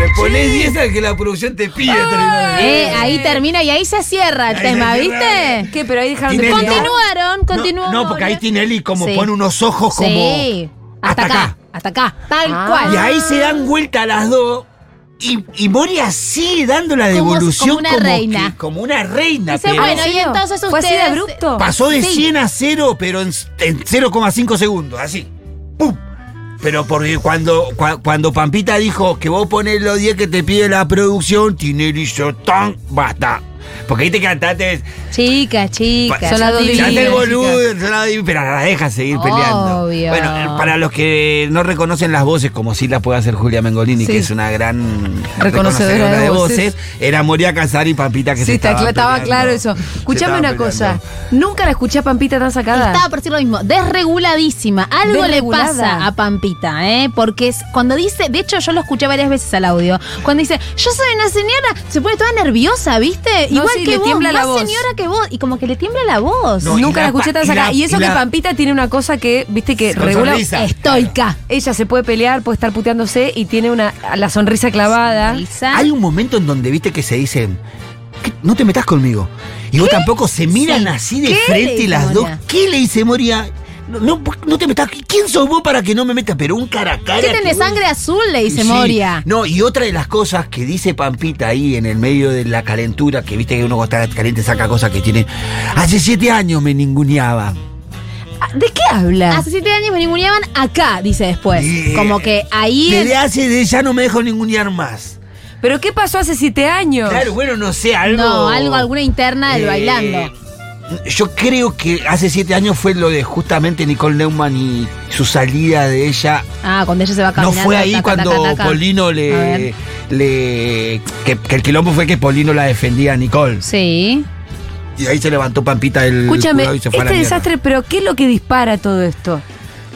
Le ponés 10 al que la producción te pide. Trinidad.
Eh, ahí termina y ahí se cierra el
Ahí
tema,
se cierra.
¿viste?
¿Qué? Pero ahí dejaron de
Tinelli,
contar.
Continuaron,
No,
continuaron.
no, porque ahí Tinelli como
Sí.
pone unos ojos como.
Sí, hasta acá, hasta acá, tal
Ah.
cual.
Y ahí se dan vuelta las dos. Y, y Moria sigue dando la
Como-
devolución
como una
que-
reina.
como una reina.
Dice,
pero
bueno, y entonces
¿Fue así de
ustedes-
abrupto?
pasó de
sí.
100 a 0, pero en, en 0,5 segundos, así. ¡Pum! Pero porque cuando, cua- cuando Pampita dijo que vos pones los 10 que te pide la producción, Tinelli hizo tan basta. Porque ahí te cantaste.
Chicas, chicas.
Son
las dos
Ya
divinas,
te boludo, son las divi- pero la dejas seguir peleando.
Obvio.
Bueno, eh, para los que no reconocen las voces, como sí las puede hacer Julia Mengolini,
Sí.
que es una gran
Reconocedora de
reconocedora de voces,
voces,
era Moria Casar y Pampita que
Sí,
se
está-
estaban
estaba,
peleando.
claro eso.
Se
Escuchame
estaban
una cosa.
peleando.
Nunca la escuché a Pampita tan sacada.
Estaba por decir lo mismo, desreguladísima. Algo
Desregulada.
le pasa a Pampita, ¿eh? Porque es- cuando dice, de hecho yo lo escuché varias veces al audio, cuando dice, yo soy una señora, se pone toda nerviosa, ¿viste?
No,
Igual
sí,
que
le
vos,
tiembla
más
la voz.
señora que vos, y como que le tiembla la voz.
No, y
Nunca
la
la escuché
pa-
tan
y la-
sacada. Y, eso
y
que
la-
Pampita tiene una cosa que, viste, que
Con
regula.
sonrisa.
Estoica.
Ella se puede pelear, puede estar puteándose y tiene una la sonrisa clavada.
Sonrisa.
Hay un momento en donde viste que se dicen, "¿Qué? no te metas conmigo. Y vos tampoco se miran
Sí.
así de
¿Qué le
frente
dice
las dos.
Moria?
¿Qué le dice Moria? No, no, no te metas. ¿Quién sos vos para que no me metas? Pero un cara a cara.
¿Qué
que
tenés
vos-
sangre azul? Le dice
Sí.
Moria.
No, y otra de las cosas que dice Pampita ahí en el medio de la calentura, que viste que uno cuando está caliente saca cosas que tiene. Hace siete años me ninguneaba.
¿De qué habla?
Hace siete años me ninguneaban acá, dice después.
Bien.
Como que ahí...
Desde hace de ya no me dejo ningunear más.
¿Pero qué pasó hace siete años?
Claro, bueno, no sé, algo.
No, algo, alguna interna del
Eh,
bailando.
Yo creo que hace siete años fue lo de justamente Nicole Neumann y su salida de ella.
Ah, cuando ella se va
No
caminando.
fue ahí
taca,
cuando
taca, taca.
Polino
A ver.
le. le que, que el quilombo fue que Polino la defendía a Nicole.
Sí.
Y ahí se levantó Pampita el.
Escúchame,
jurado y se fue a la
este
mierda.
desastre, pero ¿qué es lo que dispara todo esto?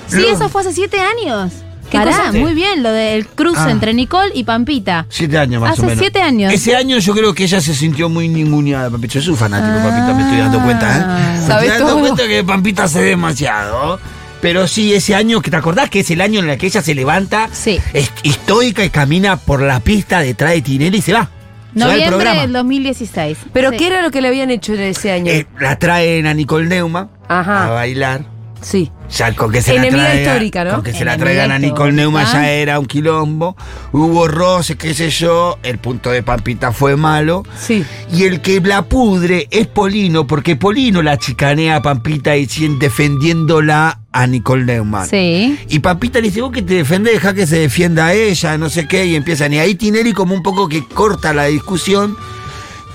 Sí, eso fue hace siete años.
¿Qué
Pará,
cosa?
muy bien, lo del cruce
Ah.
entre Nicole y Pampita.
Siete años más
Hace
o menos.
siete años.
Ese año yo creo que ella se sintió muy ninguneada, Pampita. Yo soy un fanático,
Ah,
de Pampita, me estoy dando cuenta, ¿eh? Me
Sabes
estoy dando
todo.
cuenta que Pampita se ve demasiado. Pero sí, ese año, que ¿te acordás que es el año en el que ella se levanta
Sí.
es- histórica y camina por la pista detrás de Tinelli y se va? Se va del
Noviembre
programa.
del 2016.
¿Pero
Sí.
qué era lo que le habían hecho en ese año?
Eh, ah, la traen a Nicole Neuma
Ajá.
Ah.
a bailar.
sí.
Ya con que se
Enemiga
la traiga-
histórica, ¿no?
Con que se la
Enemiga
traigan a Nicole
histórica. Ah.
Neuma ya era un quilombo. Hubo roces, qué sé yo. El punto de Pampita fue malo.
Sí.
Y el que la pudre es Polino, porque Polino la chicanea a Pampita y siguen defendiéndola a Nicole Neumann.
Sí.
Y Pampita le dice, vos que te defendés, deja que se defienda a ella, no sé qué, y empiezan. Y ahí Tinelli como un poco que corta la discusión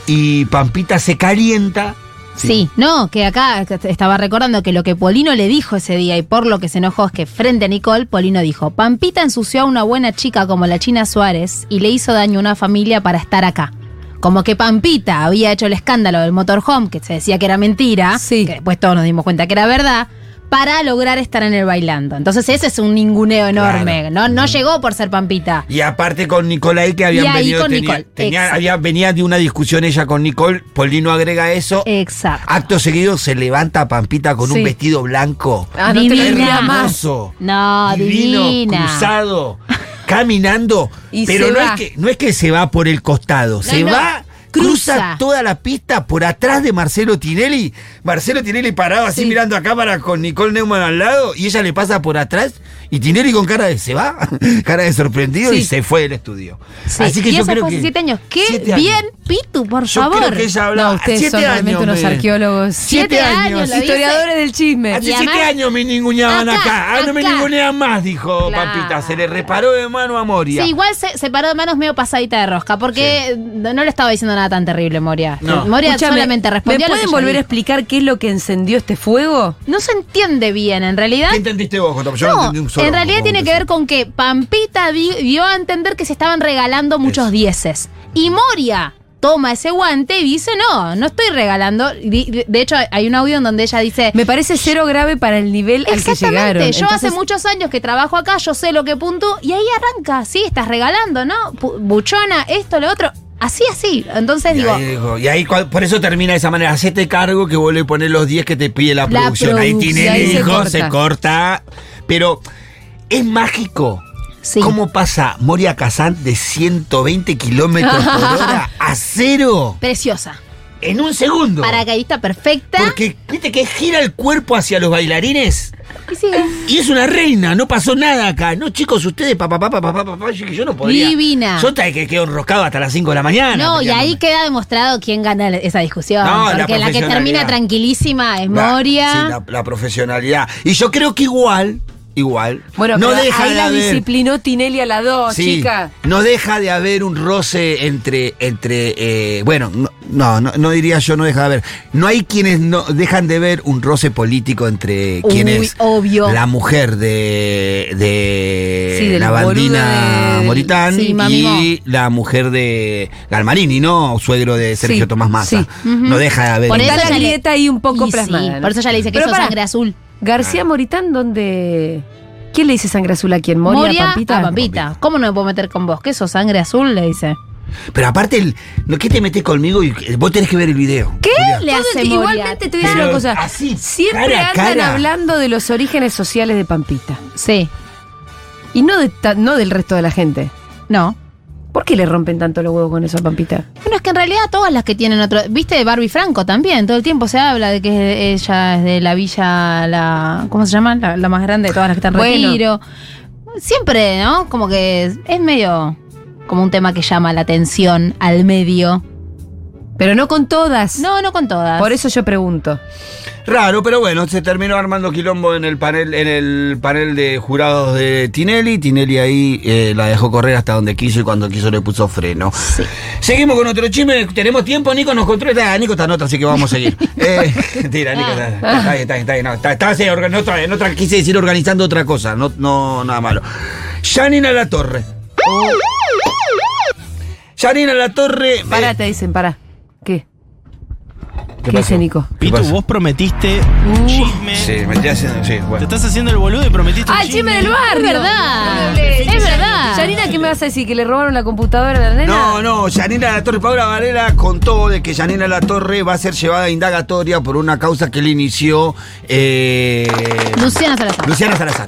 y Pampita se calienta.
Sí. no, que acá estaba recordando que lo que Polino le dijo ese día y por lo que se enojó es que frente a Nicole, Polino dijo, Pampita ensució a una buena chica como la China Suárez y le hizo daño a una familia para estar acá. Como que Pampita había hecho el escándalo del motorhome, que se decía que era mentira,
Sí.
que después todos nos dimos cuenta que era verdad, para lograr estar en el bailando. Entonces ese es un ninguneo enorme,
Claro.
no, no llegó por ser Pampita.
Y aparte con Nicolai que
Y
habían
ahí
venido,
con
tenía-
Nicole,
tenía-
exacto.
había- venía de una discusión ella con Nicole, Polino agrega eso.
Eh. Exacto.
Acto seguido se levanta Pampita con
Sí.
un vestido blanco.
Ah, no te
Divina.
lo diría más.
hermoso.
No,
divino,
divina.
cruzado, caminando.
Y
pero
se
no
va.
es que no es que se va por el costado, se
no.
va cruza,
Cruza.
toda la pista por atrás de Marcelo Tinelli. Marcelo Tinelli parado así mirando a cámara con Nicole Neumann al lado y ella le pasa por atrás y Tinelli con cara de se va, cara de sorprendido
Sí.
y se fue del estudio.
Sí,
Así que
y
yo
eso
creo
fue hace
que
siete años. ¡Qué
Siete
bien,
años.
Pitu, por
Yo
favor!
creo que ella hablaba-
No, ustedes
siete
son realmente
años,
unos
Belén.
arqueólogos.
Siete años,
los
la
historiadores del chisme.
Hace siete años me ninguneaban acá.
Acá,
Ah, no me
acá.
ningunean más, dijo
Claro.
Pampita. Se le reparó de mano a Moria.
Sí, igual se, se paró de manos medio pasadita de rosca, porque no no le estaba diciendo nada tan terrible Moria.
No.
Moria
Escúchame,
solamente respondió
¿Me
a lo
pueden
que yo
volver a
dije.
explicar qué es lo que encendió este fuego?
No se entiende bien, en realidad.
¿Qué entendiste vos, Jota? Yo no,
¿Eh? No,
entendí un solo.
en realidad tiene que ver con que Pampita di- dio a entender que se estaban regalando muchos dieces. Y Moria toma ese guante y dice, no, no estoy regalando. Di- De hecho, hay un audio en donde ella dice...
Me parece cero grave para el nivel al que llegaron.
Exactamente, yo hace
Entonces,
muchos años que trabajo acá, yo sé lo que puntúo, y ahí arranca, sí, estás regalando, ¿no? Pu- Buchona, esto, lo otro, así, así. Entonces
Y
pues, digo,
ahí, dijo- y ahí cua- por eso termina de esa manera. Hacete cargo que vos le pones los 10 que te pide la
La
producción. ahí
producción,
Tinelli
ahí se
dijo,
corta.
se corta. Pero es mágico. ¿Cómo pasa Moria Kazan de 120 kilómetros por hora a cero?
preciosa.
En un segundo.
Paracaidista perfecta.
Porque, viste que gira el cuerpo hacia los bailarines.
Y sigue.
Y es una reina, no pasó nada acá. No, chicos, ustedes, papá, papá, papá, papá, yo, yo no podía.
Divina.
Yo hasta que quedo enroscado hasta las 5 de la mañana.
No, y
peleándome.
ahí queda demostrado quién gana la- esa discusión.
No, la
porque la, que termina
profesionalidad.
tranquilísima es
La-
Moria.
sí, la, la profesionalidad. Y yo creo que igual, igual,
Bueno,
no
pero
deja
ahí
de
la
haber.
disciplinó Tinelli a las
Oh,
dos,
sí,
chica.
No deja de haber un roce entre, entre, eh, bueno, no, no, no, no diría yo no deja de haber. No hay quienes no dejan de ver un roce político entre
Uy,
quienes
obvio.
la mujer de, de
Sí, del
la
boludo
bandina
del-
Moritán
sí, Mami
y la mujer de Galmarini, ¿no? Suegro de Sergio
Sí,
Tomás Massa.
sí.
No deja de haber.
Por
un
eso
Está la
ya le-
grieta ahí un poco
Y sí,
plasmada. ¿no?
por eso ya le dice que
Pero
eso
pará,
sangre azul.
García Moritán, ¿dónde...? ¿Quién le dice sangre azul a quién? ¿Moria,
Moria,
Pampita?
a Pampita. ¿Cómo no me puedo meter con vos? ¿Qué sos sangre azul? Le dice.
Pero aparte, el, no, ¿qué te metes conmigo? Y, eh, vos tenés que ver el video.
¿Qué?
Julia.
Le
Todo
hace
el-
Moria.
Igualmente te voy a decir
Pero
una cosa.
así,
Siempre
cara a
andan
cara.
hablando de los orígenes sociales de Pampita.
Sí.
Y no, de ta- no del resto de la gente.
No.
¿Por qué le rompen tanto los huevos con eso a Pampita?
Bueno, es que en realidad todas las que tienen otro. ¿Viste Barbie Franco también? Todo el tiempo se habla de que ella es de la villa, la. ¿Cómo se llama? La, la más grande de todas las que están en
Bueno.
retiro. Siempre, ¿no? Como que es, es medio. Como un tema que llama la atención al medio.
Pero no con todas.
No, no con todas.
Por eso yo pregunto.
Raro, pero bueno, se terminó armando quilombo en el panel, en el panel de jurados de Tinelli. Tinelli ahí eh, la dejó correr hasta donde quiso y cuando quiso le puso freno. Seguimos con otro chisme. Tenemos tiempo, Nico nos controla. Ah, Nico está en otra, así que vamos a seguir. Eh, Mentira, Nico está, está bien, está bien, está bien, no, está- está- sí, orga- en otra, en otra, quise decir organizando otra cosa, no, no nada malo. Janina La Torre. Janina La Torre. eh,
Pará, te dicen, pará. ¿Qué? ¿Qué,
pasó?
dice Nico?
Pitu, vos prometiste
Uh.
un chisme.
Sí, me estoy haciendo- sí, bueno.
Te estás haciendo el boludo y prometiste un
¡Ah, el
chisme.
chisme del barrio!
Es verdad. Es verdad.
Yanina, ¿qué me vas a decir? ¿Que le robaron la computadora a la nena?
No, no, Yanina La Torre, Paula Varela contó de que Yanina La Torre va a ser llevada a indagatoria por una causa que le inició eh,
Luciana Salazar.
Luciana Salazar.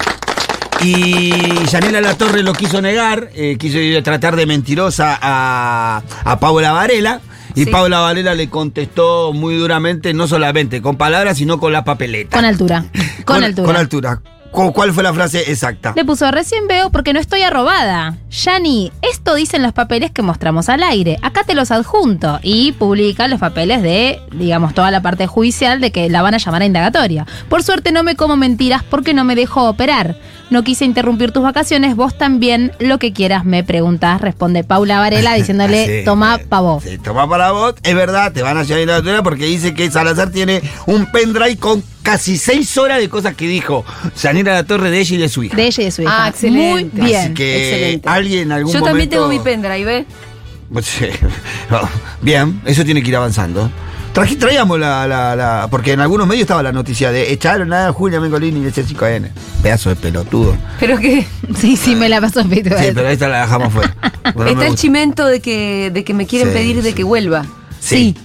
Y Yanina La Torre lo quiso negar, eh, quiso ir a tratar de mentirosa a, a Paula Varela. Y
Sí.
Paula Varela le contestó muy duramente, no solamente con palabras, sino con la papeleta.
Con altura. Con, altura.
Con altura. Cu- ¿Cuál fue la frase exacta?
Le puso, recién veo porque no estoy arrobada. Yani, esto dicen los papeles que mostramos al aire. Acá te los adjunto. Y publica los papeles de, digamos, toda la parte judicial de que la van a llamar a indagatoria. Por suerte no me como mentiras porque no me dejo operar. No quise interrumpir tus vacaciones, vos también, lo que quieras me preguntás, responde Paula Varela diciéndole,
Sí,
toma
eh,
pavo.
Sí, toma para vos, es verdad, te van a llevar a la doctora porque dice que Salazar tiene un pendrive con casi seis horas de cosas que dijo Yanira La Torre de ella y de su hija.
De ella y de su hija.
Ah, excelente.
Muy
Así
bien.
que
excelente.
alguien en algún
Yo también
momento-
tengo mi pendrive, ¿eh?
Sí. No, Bien, eso tiene que ir avanzando. Traji- traíamos la, la- la- Porque en algunos medios estaba la noticia de echaron a Julia Mengolini de C5N. Pedazo de pelotudo.
Pero que
Sí, sí, me la pasó en Pitu.
Sí, pero esta la dejamos fuera. Porque no me
está el
gusta.
chimento de que, de que me quieren
Sí,
pedir de
sí.
que vuelva.
Sí.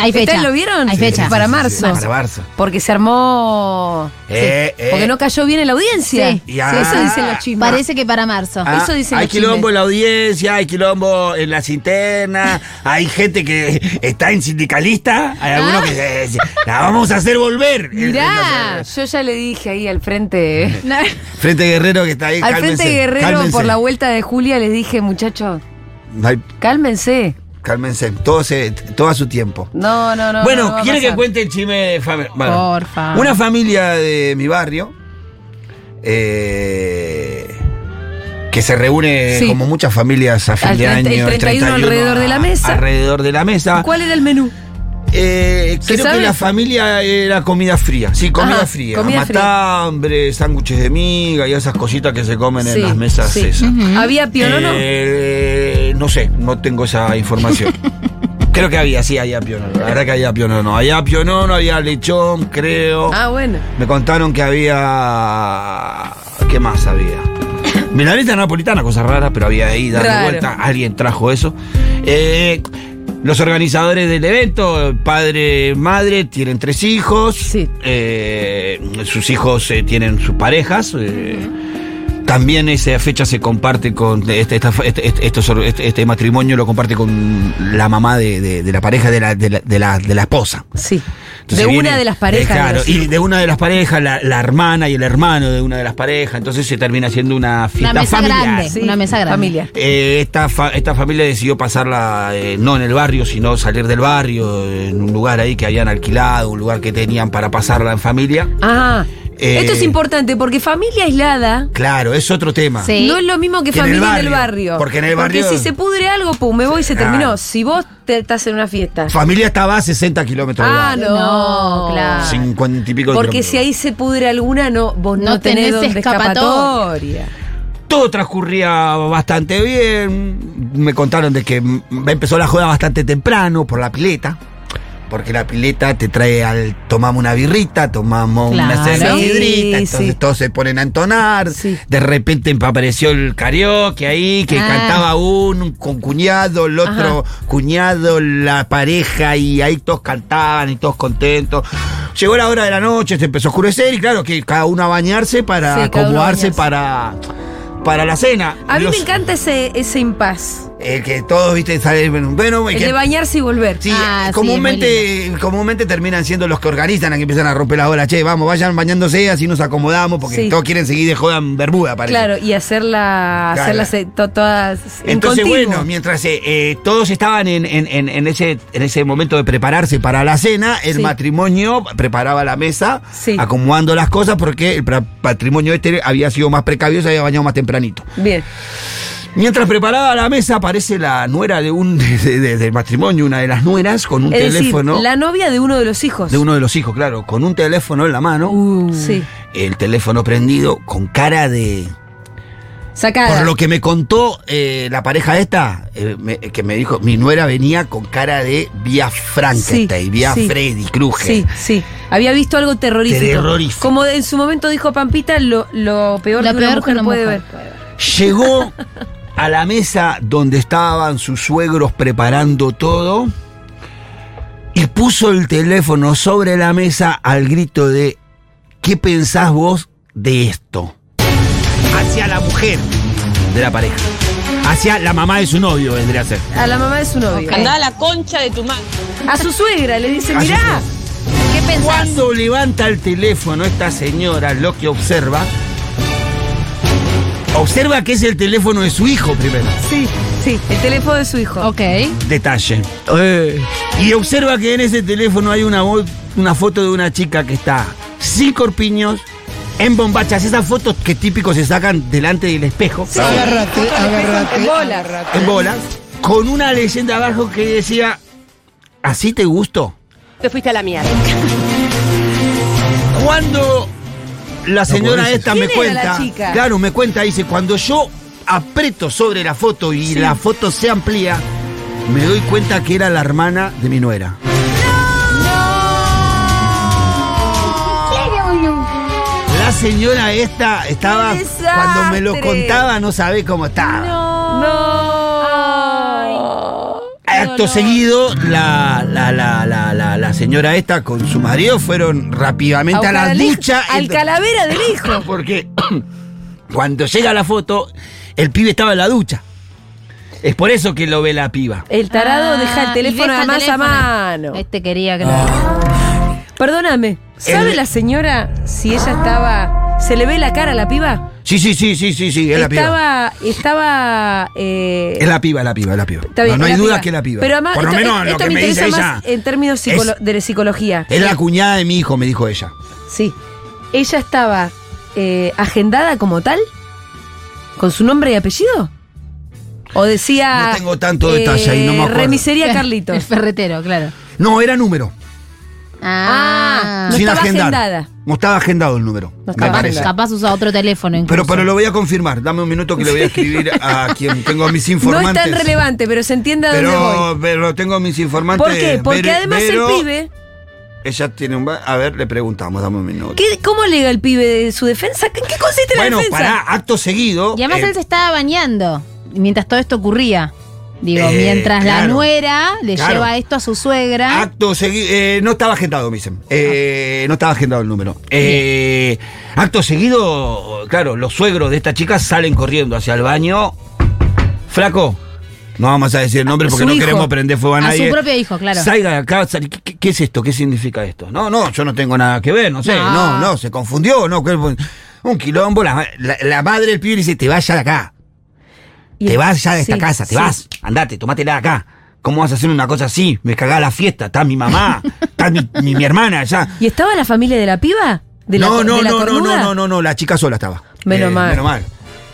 Hay fecha.
¿Ustedes lo vieron?
Hay fecha.
Para
Sí, sí, sí, sí.
marzo.
Para marzo.
Porque se armó.
Eh, eh.
Porque no cayó bien en la audiencia.
Sí.
Ya.
Eso dicen los chismes.
Parece que para marzo.
Ah,
Eso dicen
hay
los chismes.
quilombo en la audiencia, hay quilombo en las internas, hay gente que está en sindicalista, hay algunos que se- se- la vamos a hacer volver.
Ah. Mirá, yo ya le dije ahí al frente. eh,
Frente Guerrero que está ahí.
al
cálmense,
frente guerrero
cálmense.
por la vuelta de Julia les dije, muchachos,
Ay,
cálmense.
cálmense, todo, se- todo a su tiempo.
No, no, no.
bueno,
no, no va a
¿quiere que
pasar.
cuente el chisme de familia?
Porfa.
Una familia de mi barrio eh, que se reúne
Sí.
como muchas familias a fin
Al
de año.
treinta- el 31 alrededor de la mesa.
Alrededor de la mesa.
¿Cuál era el menú?
Eh,
¿Se
creo
sabe?
que la familia era comida fría. Sí, comida
Ajá,
fría.
comida fría.
Matambre, sándwiches de miga y esas cositas que se comen
Sí,
en las mesas
sí.
esas.
Ujú. ¿Había pionono?
Eh, no sé, no tengo esa información. creo que había, sí, había pionono. La verdad que había pionono. Había pionono, había lechón, creo.
Ah, bueno.
Me contaron que había. ¿Qué más había? Milanesa napolitana, cosas raras, pero había ahí dando
Raro.
vuelta. Alguien trajo eso. Eh, los organizadores del evento, padre, madre, tienen tres hijos. Eh, sus hijos eh, tienen sus parejas. eh, también esa fecha se comparte con. Este, esta- este- este- estos- este- este matrimonio lo comparte con la mamá de, de- de la pareja de la, de la- de la- de la esposa.
Sí. De
Entonces
una
viene-
de las parejas,
eh, claro,
de los-
y de una de las parejas, la, la hermana y el hermano de una de las parejas. Entonces se termina haciendo una fiesta
Una mesa
familiar.
grande.
Sí,
Una mesa grande.
familia.
Eh, esta, fa- esta familia decidió pasarla eh, no en el barrio, sino salir del barrio, eh, en un lugar ahí que habían alquilado, un lugar que tenían para pasarla en familia.
Ah,
Eh,
esto es importante porque familia aislada
Claro, es otro tema.
Sí.
no es lo mismo que
Que en el
familia en el
barrio,
barrio.
porque en el barrio- Ah.
si se pudre algo, pum, me voy y se
Claro.
terminó. Si vos te estás en una fiesta.
Familia estaba a 60 kilómetros de
Ah,
barrio.
no.
No, claro.
50 y pico de
Porque
kilómetros.
si ahí se pudre alguna, no, vos no,
No
tenés,
tenés
dónde escapatoria.
escapatoria.
Todo transcurría bastante bien. Me contaron de que mm, empezó la joda bastante temprano por la pileta. Porque la pileta te trae al. Tomamos una birrita, tomamos
Claro.
una cerveza
Sí,
entonces
sí.
todos se ponen a entonar. De repente apareció el karaoke ahí, que
Ah.
cantaba un con cuñado, el otro cuñado, la pareja, y ahí todos cantaban y todos contentos. Llegó la hora de la noche, se empezó a oscurecer, y claro, que cada uno a bañarse para
Sí, cada uno a
acomodarse
bañarse.
para, para la cena.
A mí
Los-
me encanta ese, ese impas.
eh, que todos, viste, salen. Bueno, y
El
que-
de bañarse y volver.
Sí,
Ah, sí,
comúnmente, comúnmente terminan siendo los que organizan, que empiezan a romper las olas. Che, vamos, vayan bañándose, así nos acomodamos, porque
Sí.
todos quieren seguir de joda en Bermuda, parece.
Claro, y hacerla,
Claro.
hacerla se- to- todas en
Entonces,
continuo.
bueno, mientras eh, eh, todos estaban en, en- en- en ese, en ese momento de prepararse para la cena, el
Sí.
matrimonio preparaba la mesa,
Sí.
acomodando las cosas, porque el pra- patrimonio este había sido más precavido, se había bañado más tempranito.
Bien.
Mientras preparaba la mesa, aparece la nuera de un de- de- de- del matrimonio, una de las nueras, con un
Es decir,
teléfono.
la novia de uno de los hijos.
de uno de los hijos, claro, con un teléfono en la mano,
Uh. Sí.
el teléfono prendido, con cara de...
Sacada.
Por lo que me contó eh, la pareja esta, eh, me- que me dijo, mi nuera venía con cara de vía Frankenstein,
Sí,
vía
sí.
Freddy Krueger.
Sí, sí. Había visto algo terrorífico.
Terrorífico.
Como en su momento dijo Pampita, lo, lo peor
Lo
que una
peor que
mujer
una
puede
mujer
ver.
Llegó a la mesa donde estaban sus suegros preparando todo y puso el teléfono sobre la mesa al grito de, ¿qué pensás vos de esto? Hacia la mujer de la pareja. Hacia la mamá de su novio vendría a ser.
A la mamá de su novio.
Andá a la concha de tu madre.
A su suegra le dice,
A su
mirá, ¿qué pensás?
Cuando levanta el teléfono esta señora, lo que observa, observa que es el teléfono de su hijo primero.
Sí, sí, el teléfono de su hijo.
Ok.
Detalle. Y observa que en ese teléfono hay una, vo- una foto de una chica que está sin corpiños, en bombachas, esas fotos que típicos se sacan delante del espejo,
Agárrate, agárrate.
Bolas.
en bolas, con una leyenda abajo que decía, ¿así te gustó?
Te fuiste a la mierda.
Cuando la señora
podés
esta
decir.
me
¿Quién era la
cuenta,
chica?
claro, me cuenta, dice, cuando yo aprieto sobre la foto y la foto se amplía, me doy cuenta que era la hermana de mi nuera. La señora esta estaba,
¡Qué desastre!
cuando me lo contaba, no sabe cómo estaba.
No.
acto seguido, la, la, la, la, la, la señora esta con su marido fueron rápidamente a,
buscar
la
al hijo-
ducha.
al
Ent-
calavera del hijo.
Porque cuando llega la foto, el pibe estaba en la ducha. Es por eso que lo ve la piba.
El tarado
Ah,
deja el
y
teléfono
deja el
además a
teléfono.
mano.
Este quería,
Ah.
claro.
Perdóname, ¿sabe
El-
la señora si ella estaba. ¿Se le ve la cara a la piba?
Sí, sí, sí, sí, sí, sí, es la piba.
estaba. Estaba. eh,
Es la piba, es la piba, es la piba.
está bien,
no no
es
hay
la
duda
piba.
que es la piba.
Pero además,
por lo
esto-
menos
esto
lo que me dice
interesa
ella.
más en términos psicolo-
es- Eh.
de psicología.
Es la cuñada de mi hijo, me dijo ella.
Sí. Ella estaba eh, agendada como tal, con su nombre y apellido. O decía.
No tengo tanto detalle ahí, no me acuerdo.
Remisería Carlito.
El ferretero, claro.
No, era número.
Ah, no
sin
estaba
agendar.
agendada.
No estaba agendado el número.
No
me
Capaz-
parece.
Capaz usa otro teléfono incluso.
Pero, pero lo voy a confirmar. Dame un minuto que le voy a escribir a quien tengo a mis
No es
informantes.
tan relevante, pero se entiende a dónde voy.
pero, pero tengo a mis informantes.
¿Por qué? Porque
Vero-
además
Vero,
el pibe.
Ella tiene un. ba- A ver, le preguntamos, dame un minuto.
¿qué- ¿Cómo alega el pibe de su defensa? ¿En qué consiste la
Bueno,
defensa?
pará, acto seguido.
Y además
eh,
él se estaba bañando mientras todo esto ocurría. Digo,
Eh,
mientras
claro.
la nuera le
Claro. Ah,
lleva esto a su suegra.
Acto seguido. no estaba agendado, me dicen. Eh,
Ah.
no estaba agendado el número. Eh, acto seguido, claro, los suegros de esta chica salen corriendo hacia el baño. Flaco. No vamos a decir el nombre
A
porque
su
no
hijo.
queremos prender fuego a
A su
nadie.
propio hijo, claro.
Salga de acá, sal- ¿qué, qué- qué es esto? ¿Qué significa esto? No, no, yo no tengo nada que ver, no sé. No, no,
No.
se confundió, no. que- Un quilombo, la, la- la madre del pibe le dice, te vaya de acá.
Y-
Te vas ya de esta
sí,
casa, te
sí.
vas. Andate, tomátela de acá. ¿Cómo vas a hacer una cosa así? Me cagá la fiesta, está mi mamá, está mi, mi- mi hermana allá.
¿Y estaba la familia de la piba? ¿De la,
no,
cor-
no,
de la
no, no,
cornuda?
no, no, no, no, la chica sola estaba.
Menos mal.
Menos mal.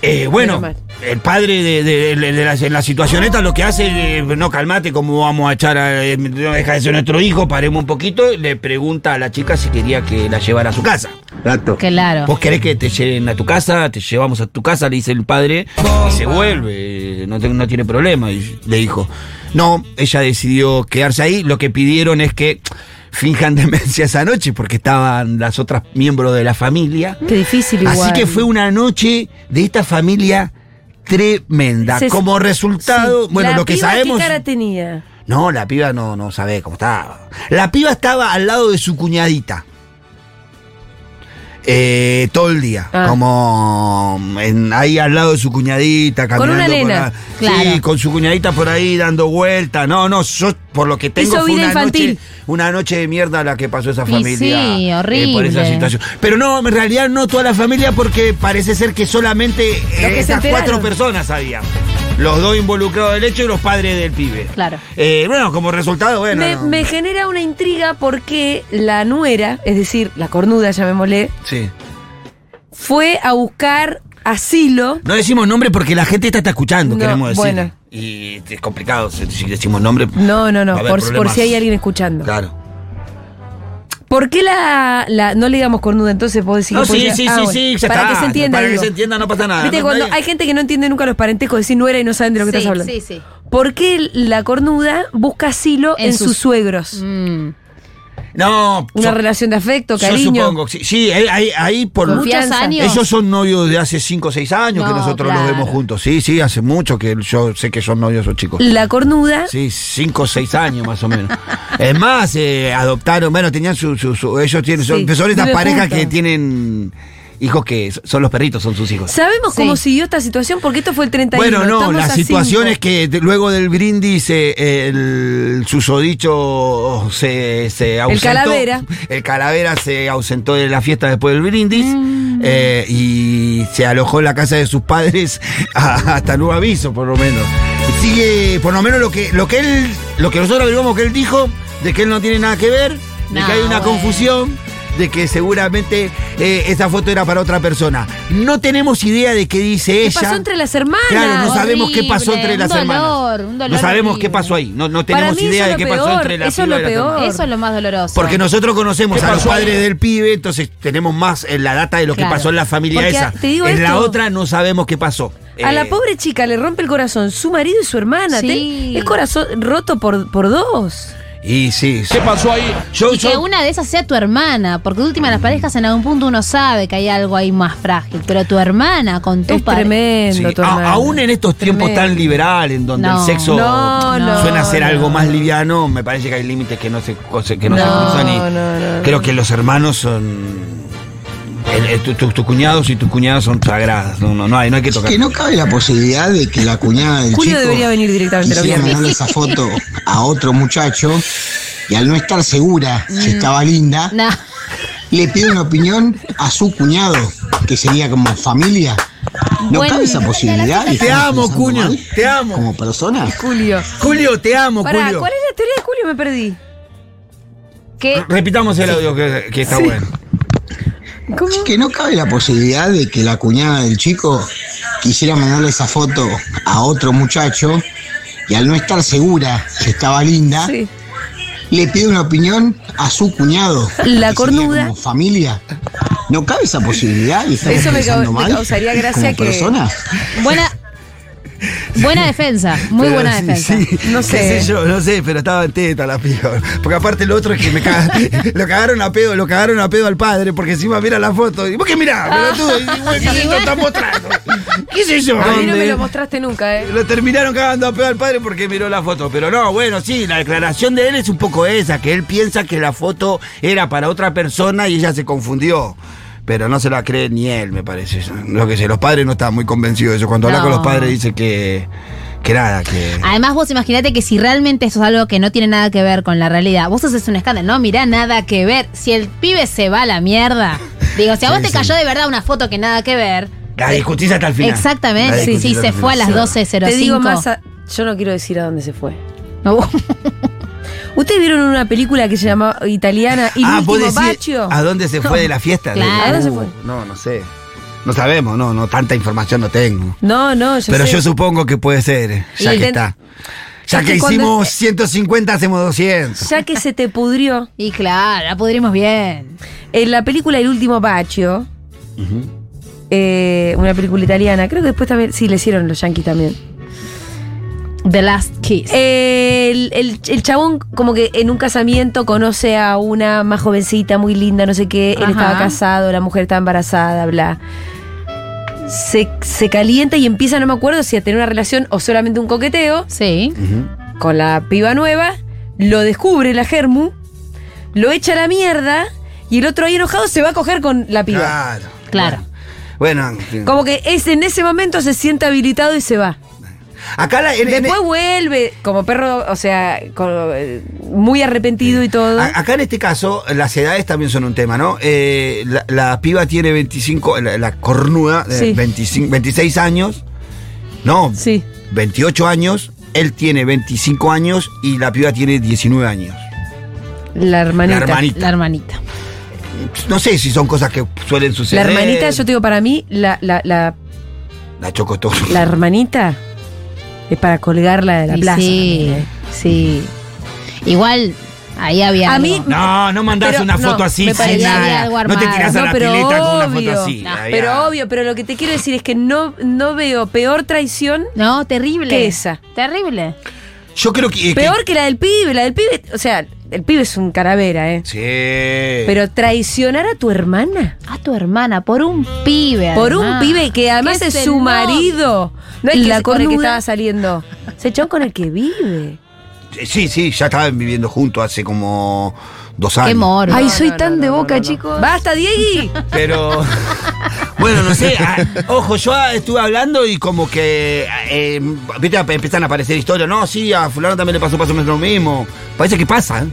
Eh, bueno,
Menos
el padre de, de- de- de la, en la situación esta lo que hace, eh, no calmate, ¿cómo vamos a echar a. eh, no deja de ser nuestro hijo, paremos un poquito, le pregunta a la chica si quería que la llevara a su casa. Exacto.
Claro.
Vos querés que te lleven a tu casa, te llevamos a tu casa, le dice el padre, y se vuelve, no, te- no tiene problema, y le dijo. No, ella decidió quedarse ahí, lo que pidieron es que finjan demencia esa noche, porque estaban las otras miembros de la familia.
Qué difícil igual.
Así que fue una noche de esta familia tremenda.
Se-
Como
Sí.
resultado, bueno,
¿La
lo que
piba
sabemos...
¿Qué cara tenía?
No, la piba no, no sabe cómo estaba. La piba estaba al lado de su cuñadita. Eh, todo el día.
Ah.
Como en- ahí al lado de su cuñadita,
Con
caminando
una
por
nena,
la- Sí,
claro.
con su cuñadita por ahí dando vueltas. No, no, yo por lo que tengo
Hizo
fue
vida
una
infantil.
noche, una noche de mierda la que pasó esa
Y
familia.
sí,
eh, por
horrible.
esa situación. Pero no, en realidad no toda la familia, porque parece ser que solamente
se
eh, esas cuatro
enteraron.
personas había. Los dos involucrados del hecho y los padres del pibe.
Claro.
Eh, bueno, como resultado, bueno.
me,
no.
me genera una intriga porque la nuera, es decir, la cornuda, llamémosle,
Sí.
fue a buscar asilo.
No decimos nombre porque la gente esta está escuchando,
No,
queremos decir.
bueno.
Y es complicado si si decimos nombre.
No, no, no,
va a haber
por, por
problemas.
si hay alguien escuchando.
Claro.
¿Por qué la, la- no le digamos cornuda entonces? ¿Puedo decir
No,
que puede
sí,
ser-
sí,
Ah,
sí,
bueno,
sí, ya
Para
está.
que se entienda.
Para que
digo.
se entienda, no pasa nada.
Viste,
Ah, No,
cuando
nadie-
hay gente que no entiende nunca los parentescos, decir nuera y no saben de lo que estás hablando.
sí, sí.
¿Por qué la cornuda busca asilo en,
En
sus,
sus-
suegros?
Mm.
No,
Una
yo-
relación de afecto,
yo
cariño.
supongo. Sí, sí ahí, ahí- ahí por
Muchos
Confianza.
años.
Ellos son novios de hace 5 o 6 años que
No,
nosotros los
claro.
vemos juntos. Sí, sí, hace mucho que yo sé que son novios esos chicos.
La cornuda
Sí, 5 o 6 años más o menos. es más, eh, adoptaron, bueno, tenían su, su- su- ellos tienen, son,
Sí,
son estas
viven
parejas
juntos.
que tienen hijos que s- son los perritos, son sus hijos.
Sabemos cómo
Sí.
siguió esta situación porque esto fue el 31.
Bueno, no,
estamos
la
a
situación
cinco.
es que de- luego del brindis eh, el susodicho se, se ausentó.
calavera.
El calavera se ausentó de la fiesta después del brindis
Mm.
eh, y se alojó en la casa de sus padres a- hasta nuevo aviso, por lo menos. Sigue, por lo menos lo que, lo que él, lo que nosotros averiguamos que él dijo, de que él no tiene nada que ver, de
No,
que hay una
bueno.
confusión. De que seguramente eh, esa foto era para otra persona. No tenemos idea de qué dice
¿Qué
ella.
pasó entre las hermanas?
Claro, no sabemos qué pasó
Horrible,
entre las
un
hermanas.
dolor, un dolor
no sabemos
horrible.
qué pasó ahí. No, no
Para
tenemos
mí
idea
eso
de
es
qué
lo
pasó
peor,
entre las
eso es lo peor.
Eso es lo más doloroso.
Porque nosotros conocemos
¿Qué
a los
pasó ahí?
padres del pibe, entonces tenemos más en la data de lo
Claro.
que pasó en la familia
Porque,
esa.
te digo
en la
esto.
otra no sabemos qué pasó.
A
Eh,
la pobre chica le rompe el corazón su marido y su hermana.
Sí.
Ten- Es corazón roto por, por dos.
Y sí.
¿Qué pasó ahí?
Yo,
y que
yo-
una de esas sea tu hermana, porque de última las parejas en algún punto uno sabe que hay algo ahí más frágil, pero tu hermana con tu
Es
padre.
tremendo,
Sí,
tu
a-
hermano.
aún en estos tiempos
Tremendo.
tan liberal, en donde
No.
el sexo
No, no,
suena a ser
no.
algo más liviano, me parece que hay límites que no se cose- que no, se
No,
cruzan y
no, no, no.
creo que los hermanos son el- el- tu- tu- tus cuñados y tus cuñadas son sagradas, no, no, no hay, no hay que tocar.
Que no cabe la posibilidad de que la cuñada del
Julio
chico
debería venir directamente
quisiera
los viernes.
mandarle esa foto a otro muchacho y al no estar segura si estaba linda,
No.
le pide una opinión a su cuñado, que sería como familia. No
Bueno.
cabe esa posibilidad.
Te
¿Estamos
amo,
pensando
cuño,
mal
te amo.
Como persona.
Julio.
Julio, te amo,
Pará,
Oh, Julio.
¿cuál es la teoría de Julio? Me perdí.
Ah,
¿Qué?
Repitamos el audio que, que está bueno.
Sí, Que no cabe la posibilidad de que la cuñada del chico quisiera mandarle esa foto a otro muchacho y al no estar segura si estaba
ah.
linda,
Sí.
le pide una opinión a su cuñado. que
La
sería
cornuda.
Como familia. No cabe esa posibilidad. Y estamos
Eso me
pensando
cau- me
mal
causaría gracia
como
que-
persona.
Buena, buena defensa, muy
Pero
buena
sí,
defensa.
sí,
No
qué
sé.
yo, no sé, pero estaba en teta la piba. Porque aparte lo otro es que me caga- lo cagaron a pedo, lo cagaron a pedo al padre, porque encima mira la foto. Y vos qué mirá, pelotudo, y vos qué te estás mostrando. ¿Qué sé yo?
Ah. A mí no me
¿Dónde?
lo mostraste nunca, ¿eh?
Lo terminaron cagando a pedo al padre porque miró la foto. Pero no, bueno, sí, la declaración de él es un poco esa, que él piensa que la foto era para otra persona y ella se confundió. Pero no se la cree ni él, me parece. Lo que sé, los padres no están muy convencidos de eso. Cuando habla
No.
con los padres dice que. que nada, que.
Además, vos imaginate que si realmente eso es algo que no tiene nada que ver con la realidad, vos haces un escándalo. No, mirá, nada que ver. Si el pibe se va a la mierda, digo, si a vos
Sí,
te
sí.
cayó de verdad una foto que nada que ver, eh,
La discutís hasta el final. La
exactamente. Sí,
discutís
sí,
hasta
se
el
fue a las
final.
12.05.
Te digo más. a- Yo no quiero decir a dónde se fue.
No,
¿Ustedes vieron una película que se llamaba italiana y
Ah, vos
último
decís,
Baccio?
¿A dónde se fue de la fiesta?
Claro.
De-
¿A dónde se fue?
No, no sé. No sabemos, no, no, tanta información no tengo.
No, no, yo
Pero
sé.
yo supongo que puede ser, ya
Y
que
intent-
está. Ya
Es
que
que cuando-
hicimos 150, hacemos 200.
Ya que se te pudrió.
Y claro, la pudrimos bien.
En la película El último Baccio, eh, una película italiana, creo que después también, sí, le hicieron los yankees también.
The Last Kiss.
Eh, El, el- el chabón, como que en un casamiento, conoce a una más jovencita, muy linda, no sé qué. Él
Ajá.
estaba casado, la mujer estaba embarazada, bla. Se, se calienta y empieza, no me acuerdo si a tener una relación o solamente un coqueteo
Sí.
con la piba nueva. Lo descubre la Germu, lo echa a la mierda y el otro ahí enojado se va a coger con la piba.
Claro.
Claro.
Bueno,
Como que es en ese momento se siente habilitado y se va.
acá la, en- en-
Después vuelve como perro, o sea, con- eh, muy arrepentido y todo.
a- acá en este caso, las edades también son un tema, ¿no? Eh, la, la piba tiene 25, la, la cornuda, eh,
Sí.
25, 26 años. No,
Sí.
28 años, él tiene 25 años y la piba tiene 19 años.
La hermanita.
La hermanita.
La hermanita.
No sé si son cosas que suelen
La
suceder.
hermanita, yo te digo, para mí, la, la, la,
La chocotó.
la hermanita es para colgarla de la
Y
plaza. ¿eh?
sí, sí. Igual, ahí había.
A
algo.
mí-
No, no mandás
Pero
una
no,
foto así,
me
sin
parecía había
nada.
algo
No te
armado.
tirás a
No,
la
pero
pileta con una foto
obvio.
así.
No,
Había-
Pero obvio, pero lo que te quiero decir es que no, no veo peor traición.
No, terrible.
¿Qué esa?
Terrible.
Yo creo que. que-
Peor que la del pibe. La del pibe, o sea, el pibe es un caravera, ¿eh?
Sí.
Pero traicionar a tu hermana.
A tu hermana, por un pibe.
Por un
además.
pibe que además
Que
es
se
su
no-
marido. No es que
La
la con el que
cornuda.
estaba saliendo. Se echó con el que vive.
Sí, sí, ya estaban viviendo juntos hace como dos años.
Qué moro.
Ay, soy tan de boca, chicos. ¡Basta,
Eh,
Diegui!
Pero. Bueno, no sé. ah, ojo, yo ah, estuve hablando y como que. eh, viste, ap- empiezan a aparecer historias. No, sí, a Fulano también le pasó más o menos lo mismo. Parece que pasa, ¿eh?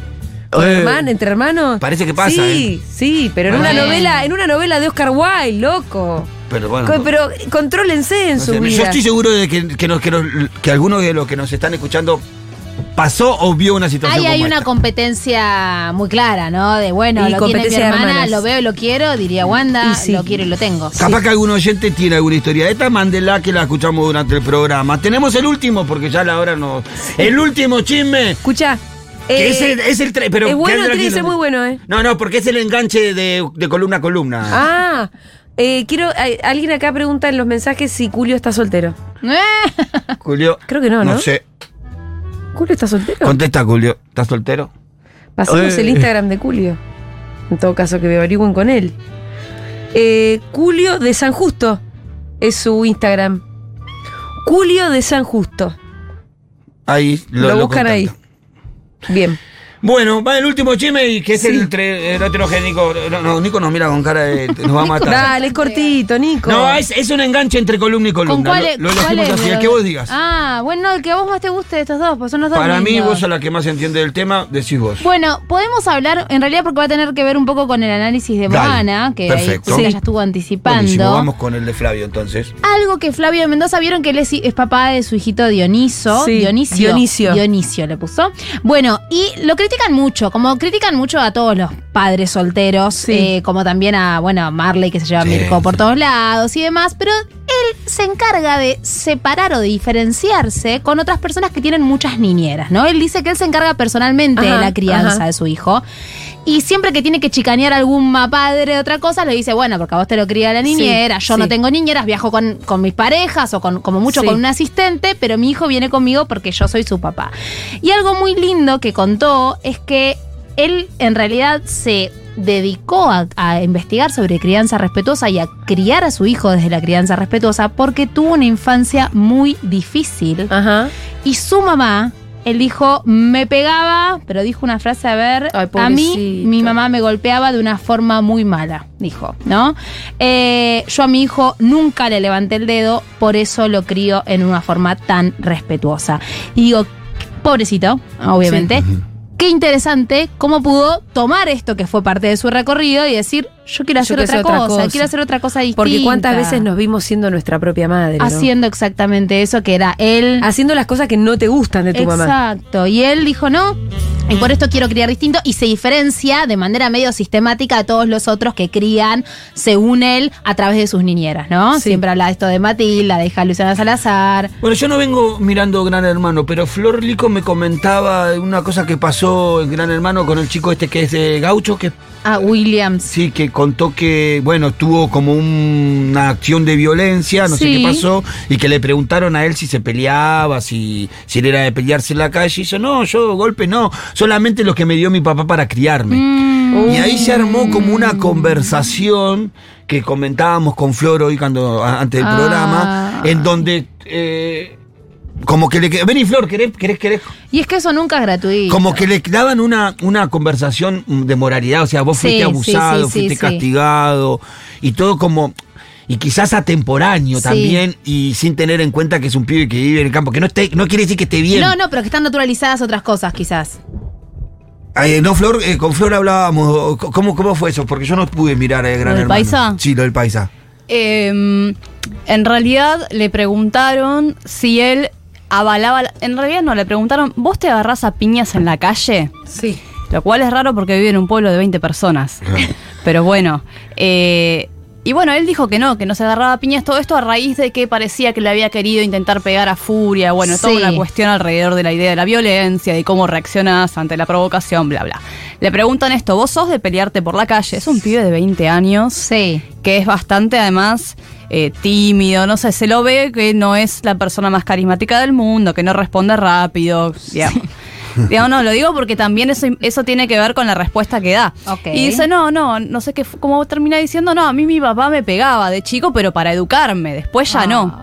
¿Con
Eh,
hermano, entre hermanos.
parece que pasa, ¿eh?
Sí, sí, pero en
Bueno.
una novela, en una novela de Oscar Wilde, loco.
Pero bueno.
Co-
no-
Pero contrólense en
no
su
sé,
vida.
Yo estoy seguro de que, que, nos- que nos- que algunos de los que nos están escuchando pasó o vio una situación
Ahí hay
como
una
esta.
competencia muy clara, ¿no? De bueno,
Y
lo tiene mi
competencia de
hermana,
hermanas.
lo veo y lo quiero, diría
Y
Wanda,
sí.
lo quiero y lo tengo.
Capaz que algún oyente tiene alguna historia. Esta Mandela que la escuchamos durante el programa. Tenemos el último, porque ya la hora no. El último chisme.
Escucha.
que es el, es el tre- pero
Eh, es bueno, tiene que
quédate tranquilo.
ser muy bueno, ¿eh?
No, no, porque es el enganche de, de columna a columna.
Ah, eh, quiero. eh, alguien acá pregunta en los mensajes si Julio está soltero.
¿Eh?
Julio.
Ah, Creo que no, ¿no?
sé.
¿Julio está soltero?
Contesta, Julio. ¿Estás soltero?
Pasemos
Eh.
el Instagram de Julio. En todo caso, que me averigüen con él. Eh, Julio de San Justo es su Instagram. Julio de San Justo.
Ahí
Lo,
lo,
buscan ahí. Bien.
Bueno, va el último chisme y que es el, tre- el heterogénico. No, no, Nico nos mira con cara de. Nos va a matar.
Dale, es cortito, Nico.
No, es, es un enganche entre columna y columna.
cuál es-
lo lo
cuál
elegimos
es,
así, el
Rodolfo?
que vos digas.
Ah, bueno, el que a vos más te guste de estos dos, pues son los dos.
Para mí,
lindos.
vos sos la que más entiende del tema, decís vos.
Bueno, podemos hablar, en realidad, porque va a tener que ver un poco con el análisis de
Dale,
Moana, que ahí
perfecto.
Julia
Sí.
ya estuvo
Buenísimo,
anticipando.
vamos con el de Flavio entonces.
Algo que Flavio de Mendoza vieron que él es, es papá de su hijito Dioniso.
Sí,
Dionisio.
Dionisio.
Dionisio le puso. Bueno, y lo critican mucho, como critican mucho a todos los padres solteros, eh, como también a, bueno, a Marley que se lleva a
Sí,
Mirko por todos lados y demás, pero él se encarga de separar o de diferenciarse con otras personas que tienen muchas niñeras, ¿no? Él dice que él se encarga personalmente
Ajá,
de la crianza
ajá.
de su hijo. Y siempre que tiene que chicanear a algún ma- padre de otra cosa, le dice, bueno, porque a vos te lo cría la niñera, yo no
sí.
tengo niñeras, viajo con, con mis parejas o con, como mucho
Sí.
con un asistente, pero mi hijo viene conmigo porque yo soy su papá. Y algo muy lindo que contó es que él en realidad se dedicó a, a investigar sobre crianza respetuosa y a criar a su hijo desde la crianza respetuosa porque tuvo una infancia muy difícil. Y su mamá, él dijo, me pegaba, pero dijo una frase, a ver, a mí
pobrecito.
mi mamá me golpeaba de una forma muy mala, dijo, ¿no? Eh, yo a mi hijo nunca le levanté el dedo, por eso lo crío en una forma tan respetuosa. Y digo, pobrecito, obviamente. Qué interesante cómo pudo tomar esto que fue parte de su recorrido y decir, yo quiero
Yo
hacer
quiero
otra,
hacer otra
cosa,
cosa.
quiero hacer otra cosa distinta.
Porque cuántas veces nos vimos siendo nuestra propia madre. ¿no?
haciendo exactamente eso que era él
Haciendo las cosas que no te gustan de tu
Exacto.
mamá.
Y él dijo no. Y por esto quiero criar distinto y se diferencia de manera medio sistemática a todos los otros que crían, según él, a través de sus niñeras, ¿no? Siempre habla de esto de Matilda, de hija de Luciana Salazar.
Bueno, yo no vengo mirando Gran Hermano, pero Flor Lico me comentaba una cosa que pasó en Gran Hermano con el chico este que es de Gaucho, que
Ah, Williams.
sí, que contó que, bueno, tuvo como un- una acción de violencia, no sé
Sí.
qué pasó, y que le preguntaron a él si se peleaba, si, si él era de pelearse en la calle, y dice, no, yo golpe no, solamente los que me dio mi papá para criarme.
Mm.
Y ahí se armó como una conversación que comentábamos con Flor hoy cuando, a- antes del
Ah.
programa, en donde... eh, como que le que- vení Flor, ¿querés, querés, querés?
Y es que eso nunca es gratuito.
Como que le daban una, una conversación de moralidad, o sea, vos
Sí,
fuiste
sí,
abusado,
sí, sí,
fuiste
sí.
castigado, y todo como, y quizás atemporáneo
Sí.
también, y sin tener en cuenta que es un pibe que vive en el campo, que no esté, no quiere decir que esté bien.
No, no, pero que están naturalizadas otras cosas, quizás.
Eh, no, Flor, eh, con Flor hablábamos, ¿cómo, ¿cómo fue eso? Porque yo no pude mirar el Gran
del
Hermano.
Paisa?
Sí, lo del paisa.
Eh, en realidad le preguntaron si él avalaba. la- En realidad no, le preguntaron, ¿vos te agarrás a piñas en la calle?
Sí.
Lo cual es raro porque vive en un pueblo de 20 personas. Pero bueno. eh, y bueno, él dijo que no, que no se agarraba a piñas. Todo esto a raíz de que parecía que le había querido intentar pegar a furia. Bueno, toda
Sí.
una cuestión alrededor de la idea de la violencia, de cómo reaccionas ante la provocación, bla, bla. Le preguntan esto, ¿vos sos de pelearte por la calle? Es un pibe de 20 años.
Sí.
Que es bastante, además, eh, tímido. No sé, se lo ve que no es la persona más carismática del mundo, que no responde rápido. digamos. Digamos, no, lo digo porque también eso, eso tiene que ver con la respuesta que da.
Ok.
Y dice, no, no, no sé qué, fu- cómo termina diciendo, no, a mí mi papá me pegaba de chico, pero para educarme, después ya
Ah.
no.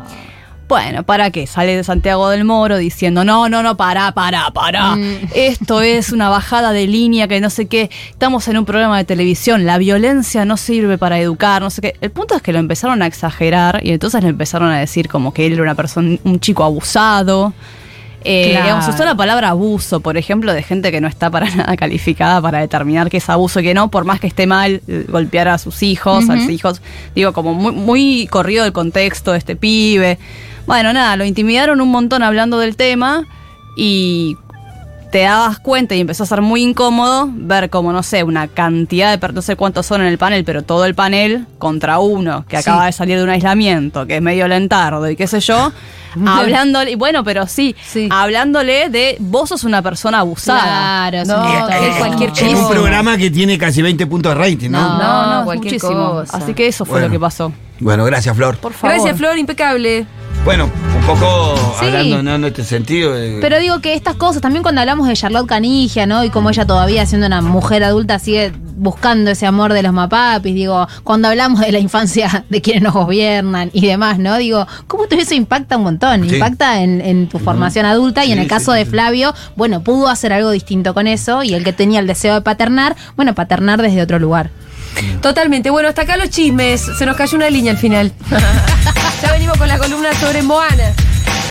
Bueno, ¿para qué? Sale de Santiago del Moro diciendo, no, no, no, pará, pará, pará. Esto es una bajada de línea que no sé qué. Estamos en un programa de televisión, la violencia no sirve para educar, no sé qué. El punto es que lo empezaron a exagerar y entonces le empezaron a decir como que él era una persona, un chico abusado. Eh,
Claro.
digamos, usó la palabra abuso, por ejemplo, de gente que no está para nada calificada para determinar que es abuso y que no, por más que esté mal eh, golpear a sus hijos, a
Ujú.
sus hijos, digo, como muy, muy corrido el contexto de este pibe. Bueno, nada, lo intimidaron un montón hablando del tema y te dabas cuenta y empezó a ser muy incómodo ver como, no sé, una cantidad de, per- no sé cuántos son en el panel, pero todo el panel contra uno que acaba de salir de un aislamiento, que es medio lentardo y qué sé yo, hablándole, y bueno, pero sí, hablándole de vos sos una persona abusada.
Claro, no,
es
cualquier
Eh, En un programa que tiene casi 20 puntos de rating, ¿no?
es muchísimo. Así que eso fue
Bueno.
lo que pasó.
Bueno, gracias, Flor.
Por favor.
Gracias, Flor, impecable.
Bueno, un poco
Sí.
hablando ¿no? en este sentido. eh,
Pero digo que estas cosas, también cuando hablamos de Charlotte Canigia, ¿no? Y
Mm.
como ella todavía siendo una mujer adulta sigue buscando ese amor de los mapapis, digo, cuando hablamos de la infancia de quienes nos gobiernan y demás, ¿no? Digo, ¿cómo todo eso impacta un montón?
Sí.
Impacta en, en tu formación adulta y en
Sí,
el caso
sí,
de Flavio, bueno, pudo hacer algo distinto con eso y el que tenía el deseo de paternar, bueno, paternar desde otro lugar.
Totalmente. Bueno, hasta acá los chismes. Se nos cayó una línea al final. ya venimos con la columna sobre Moana.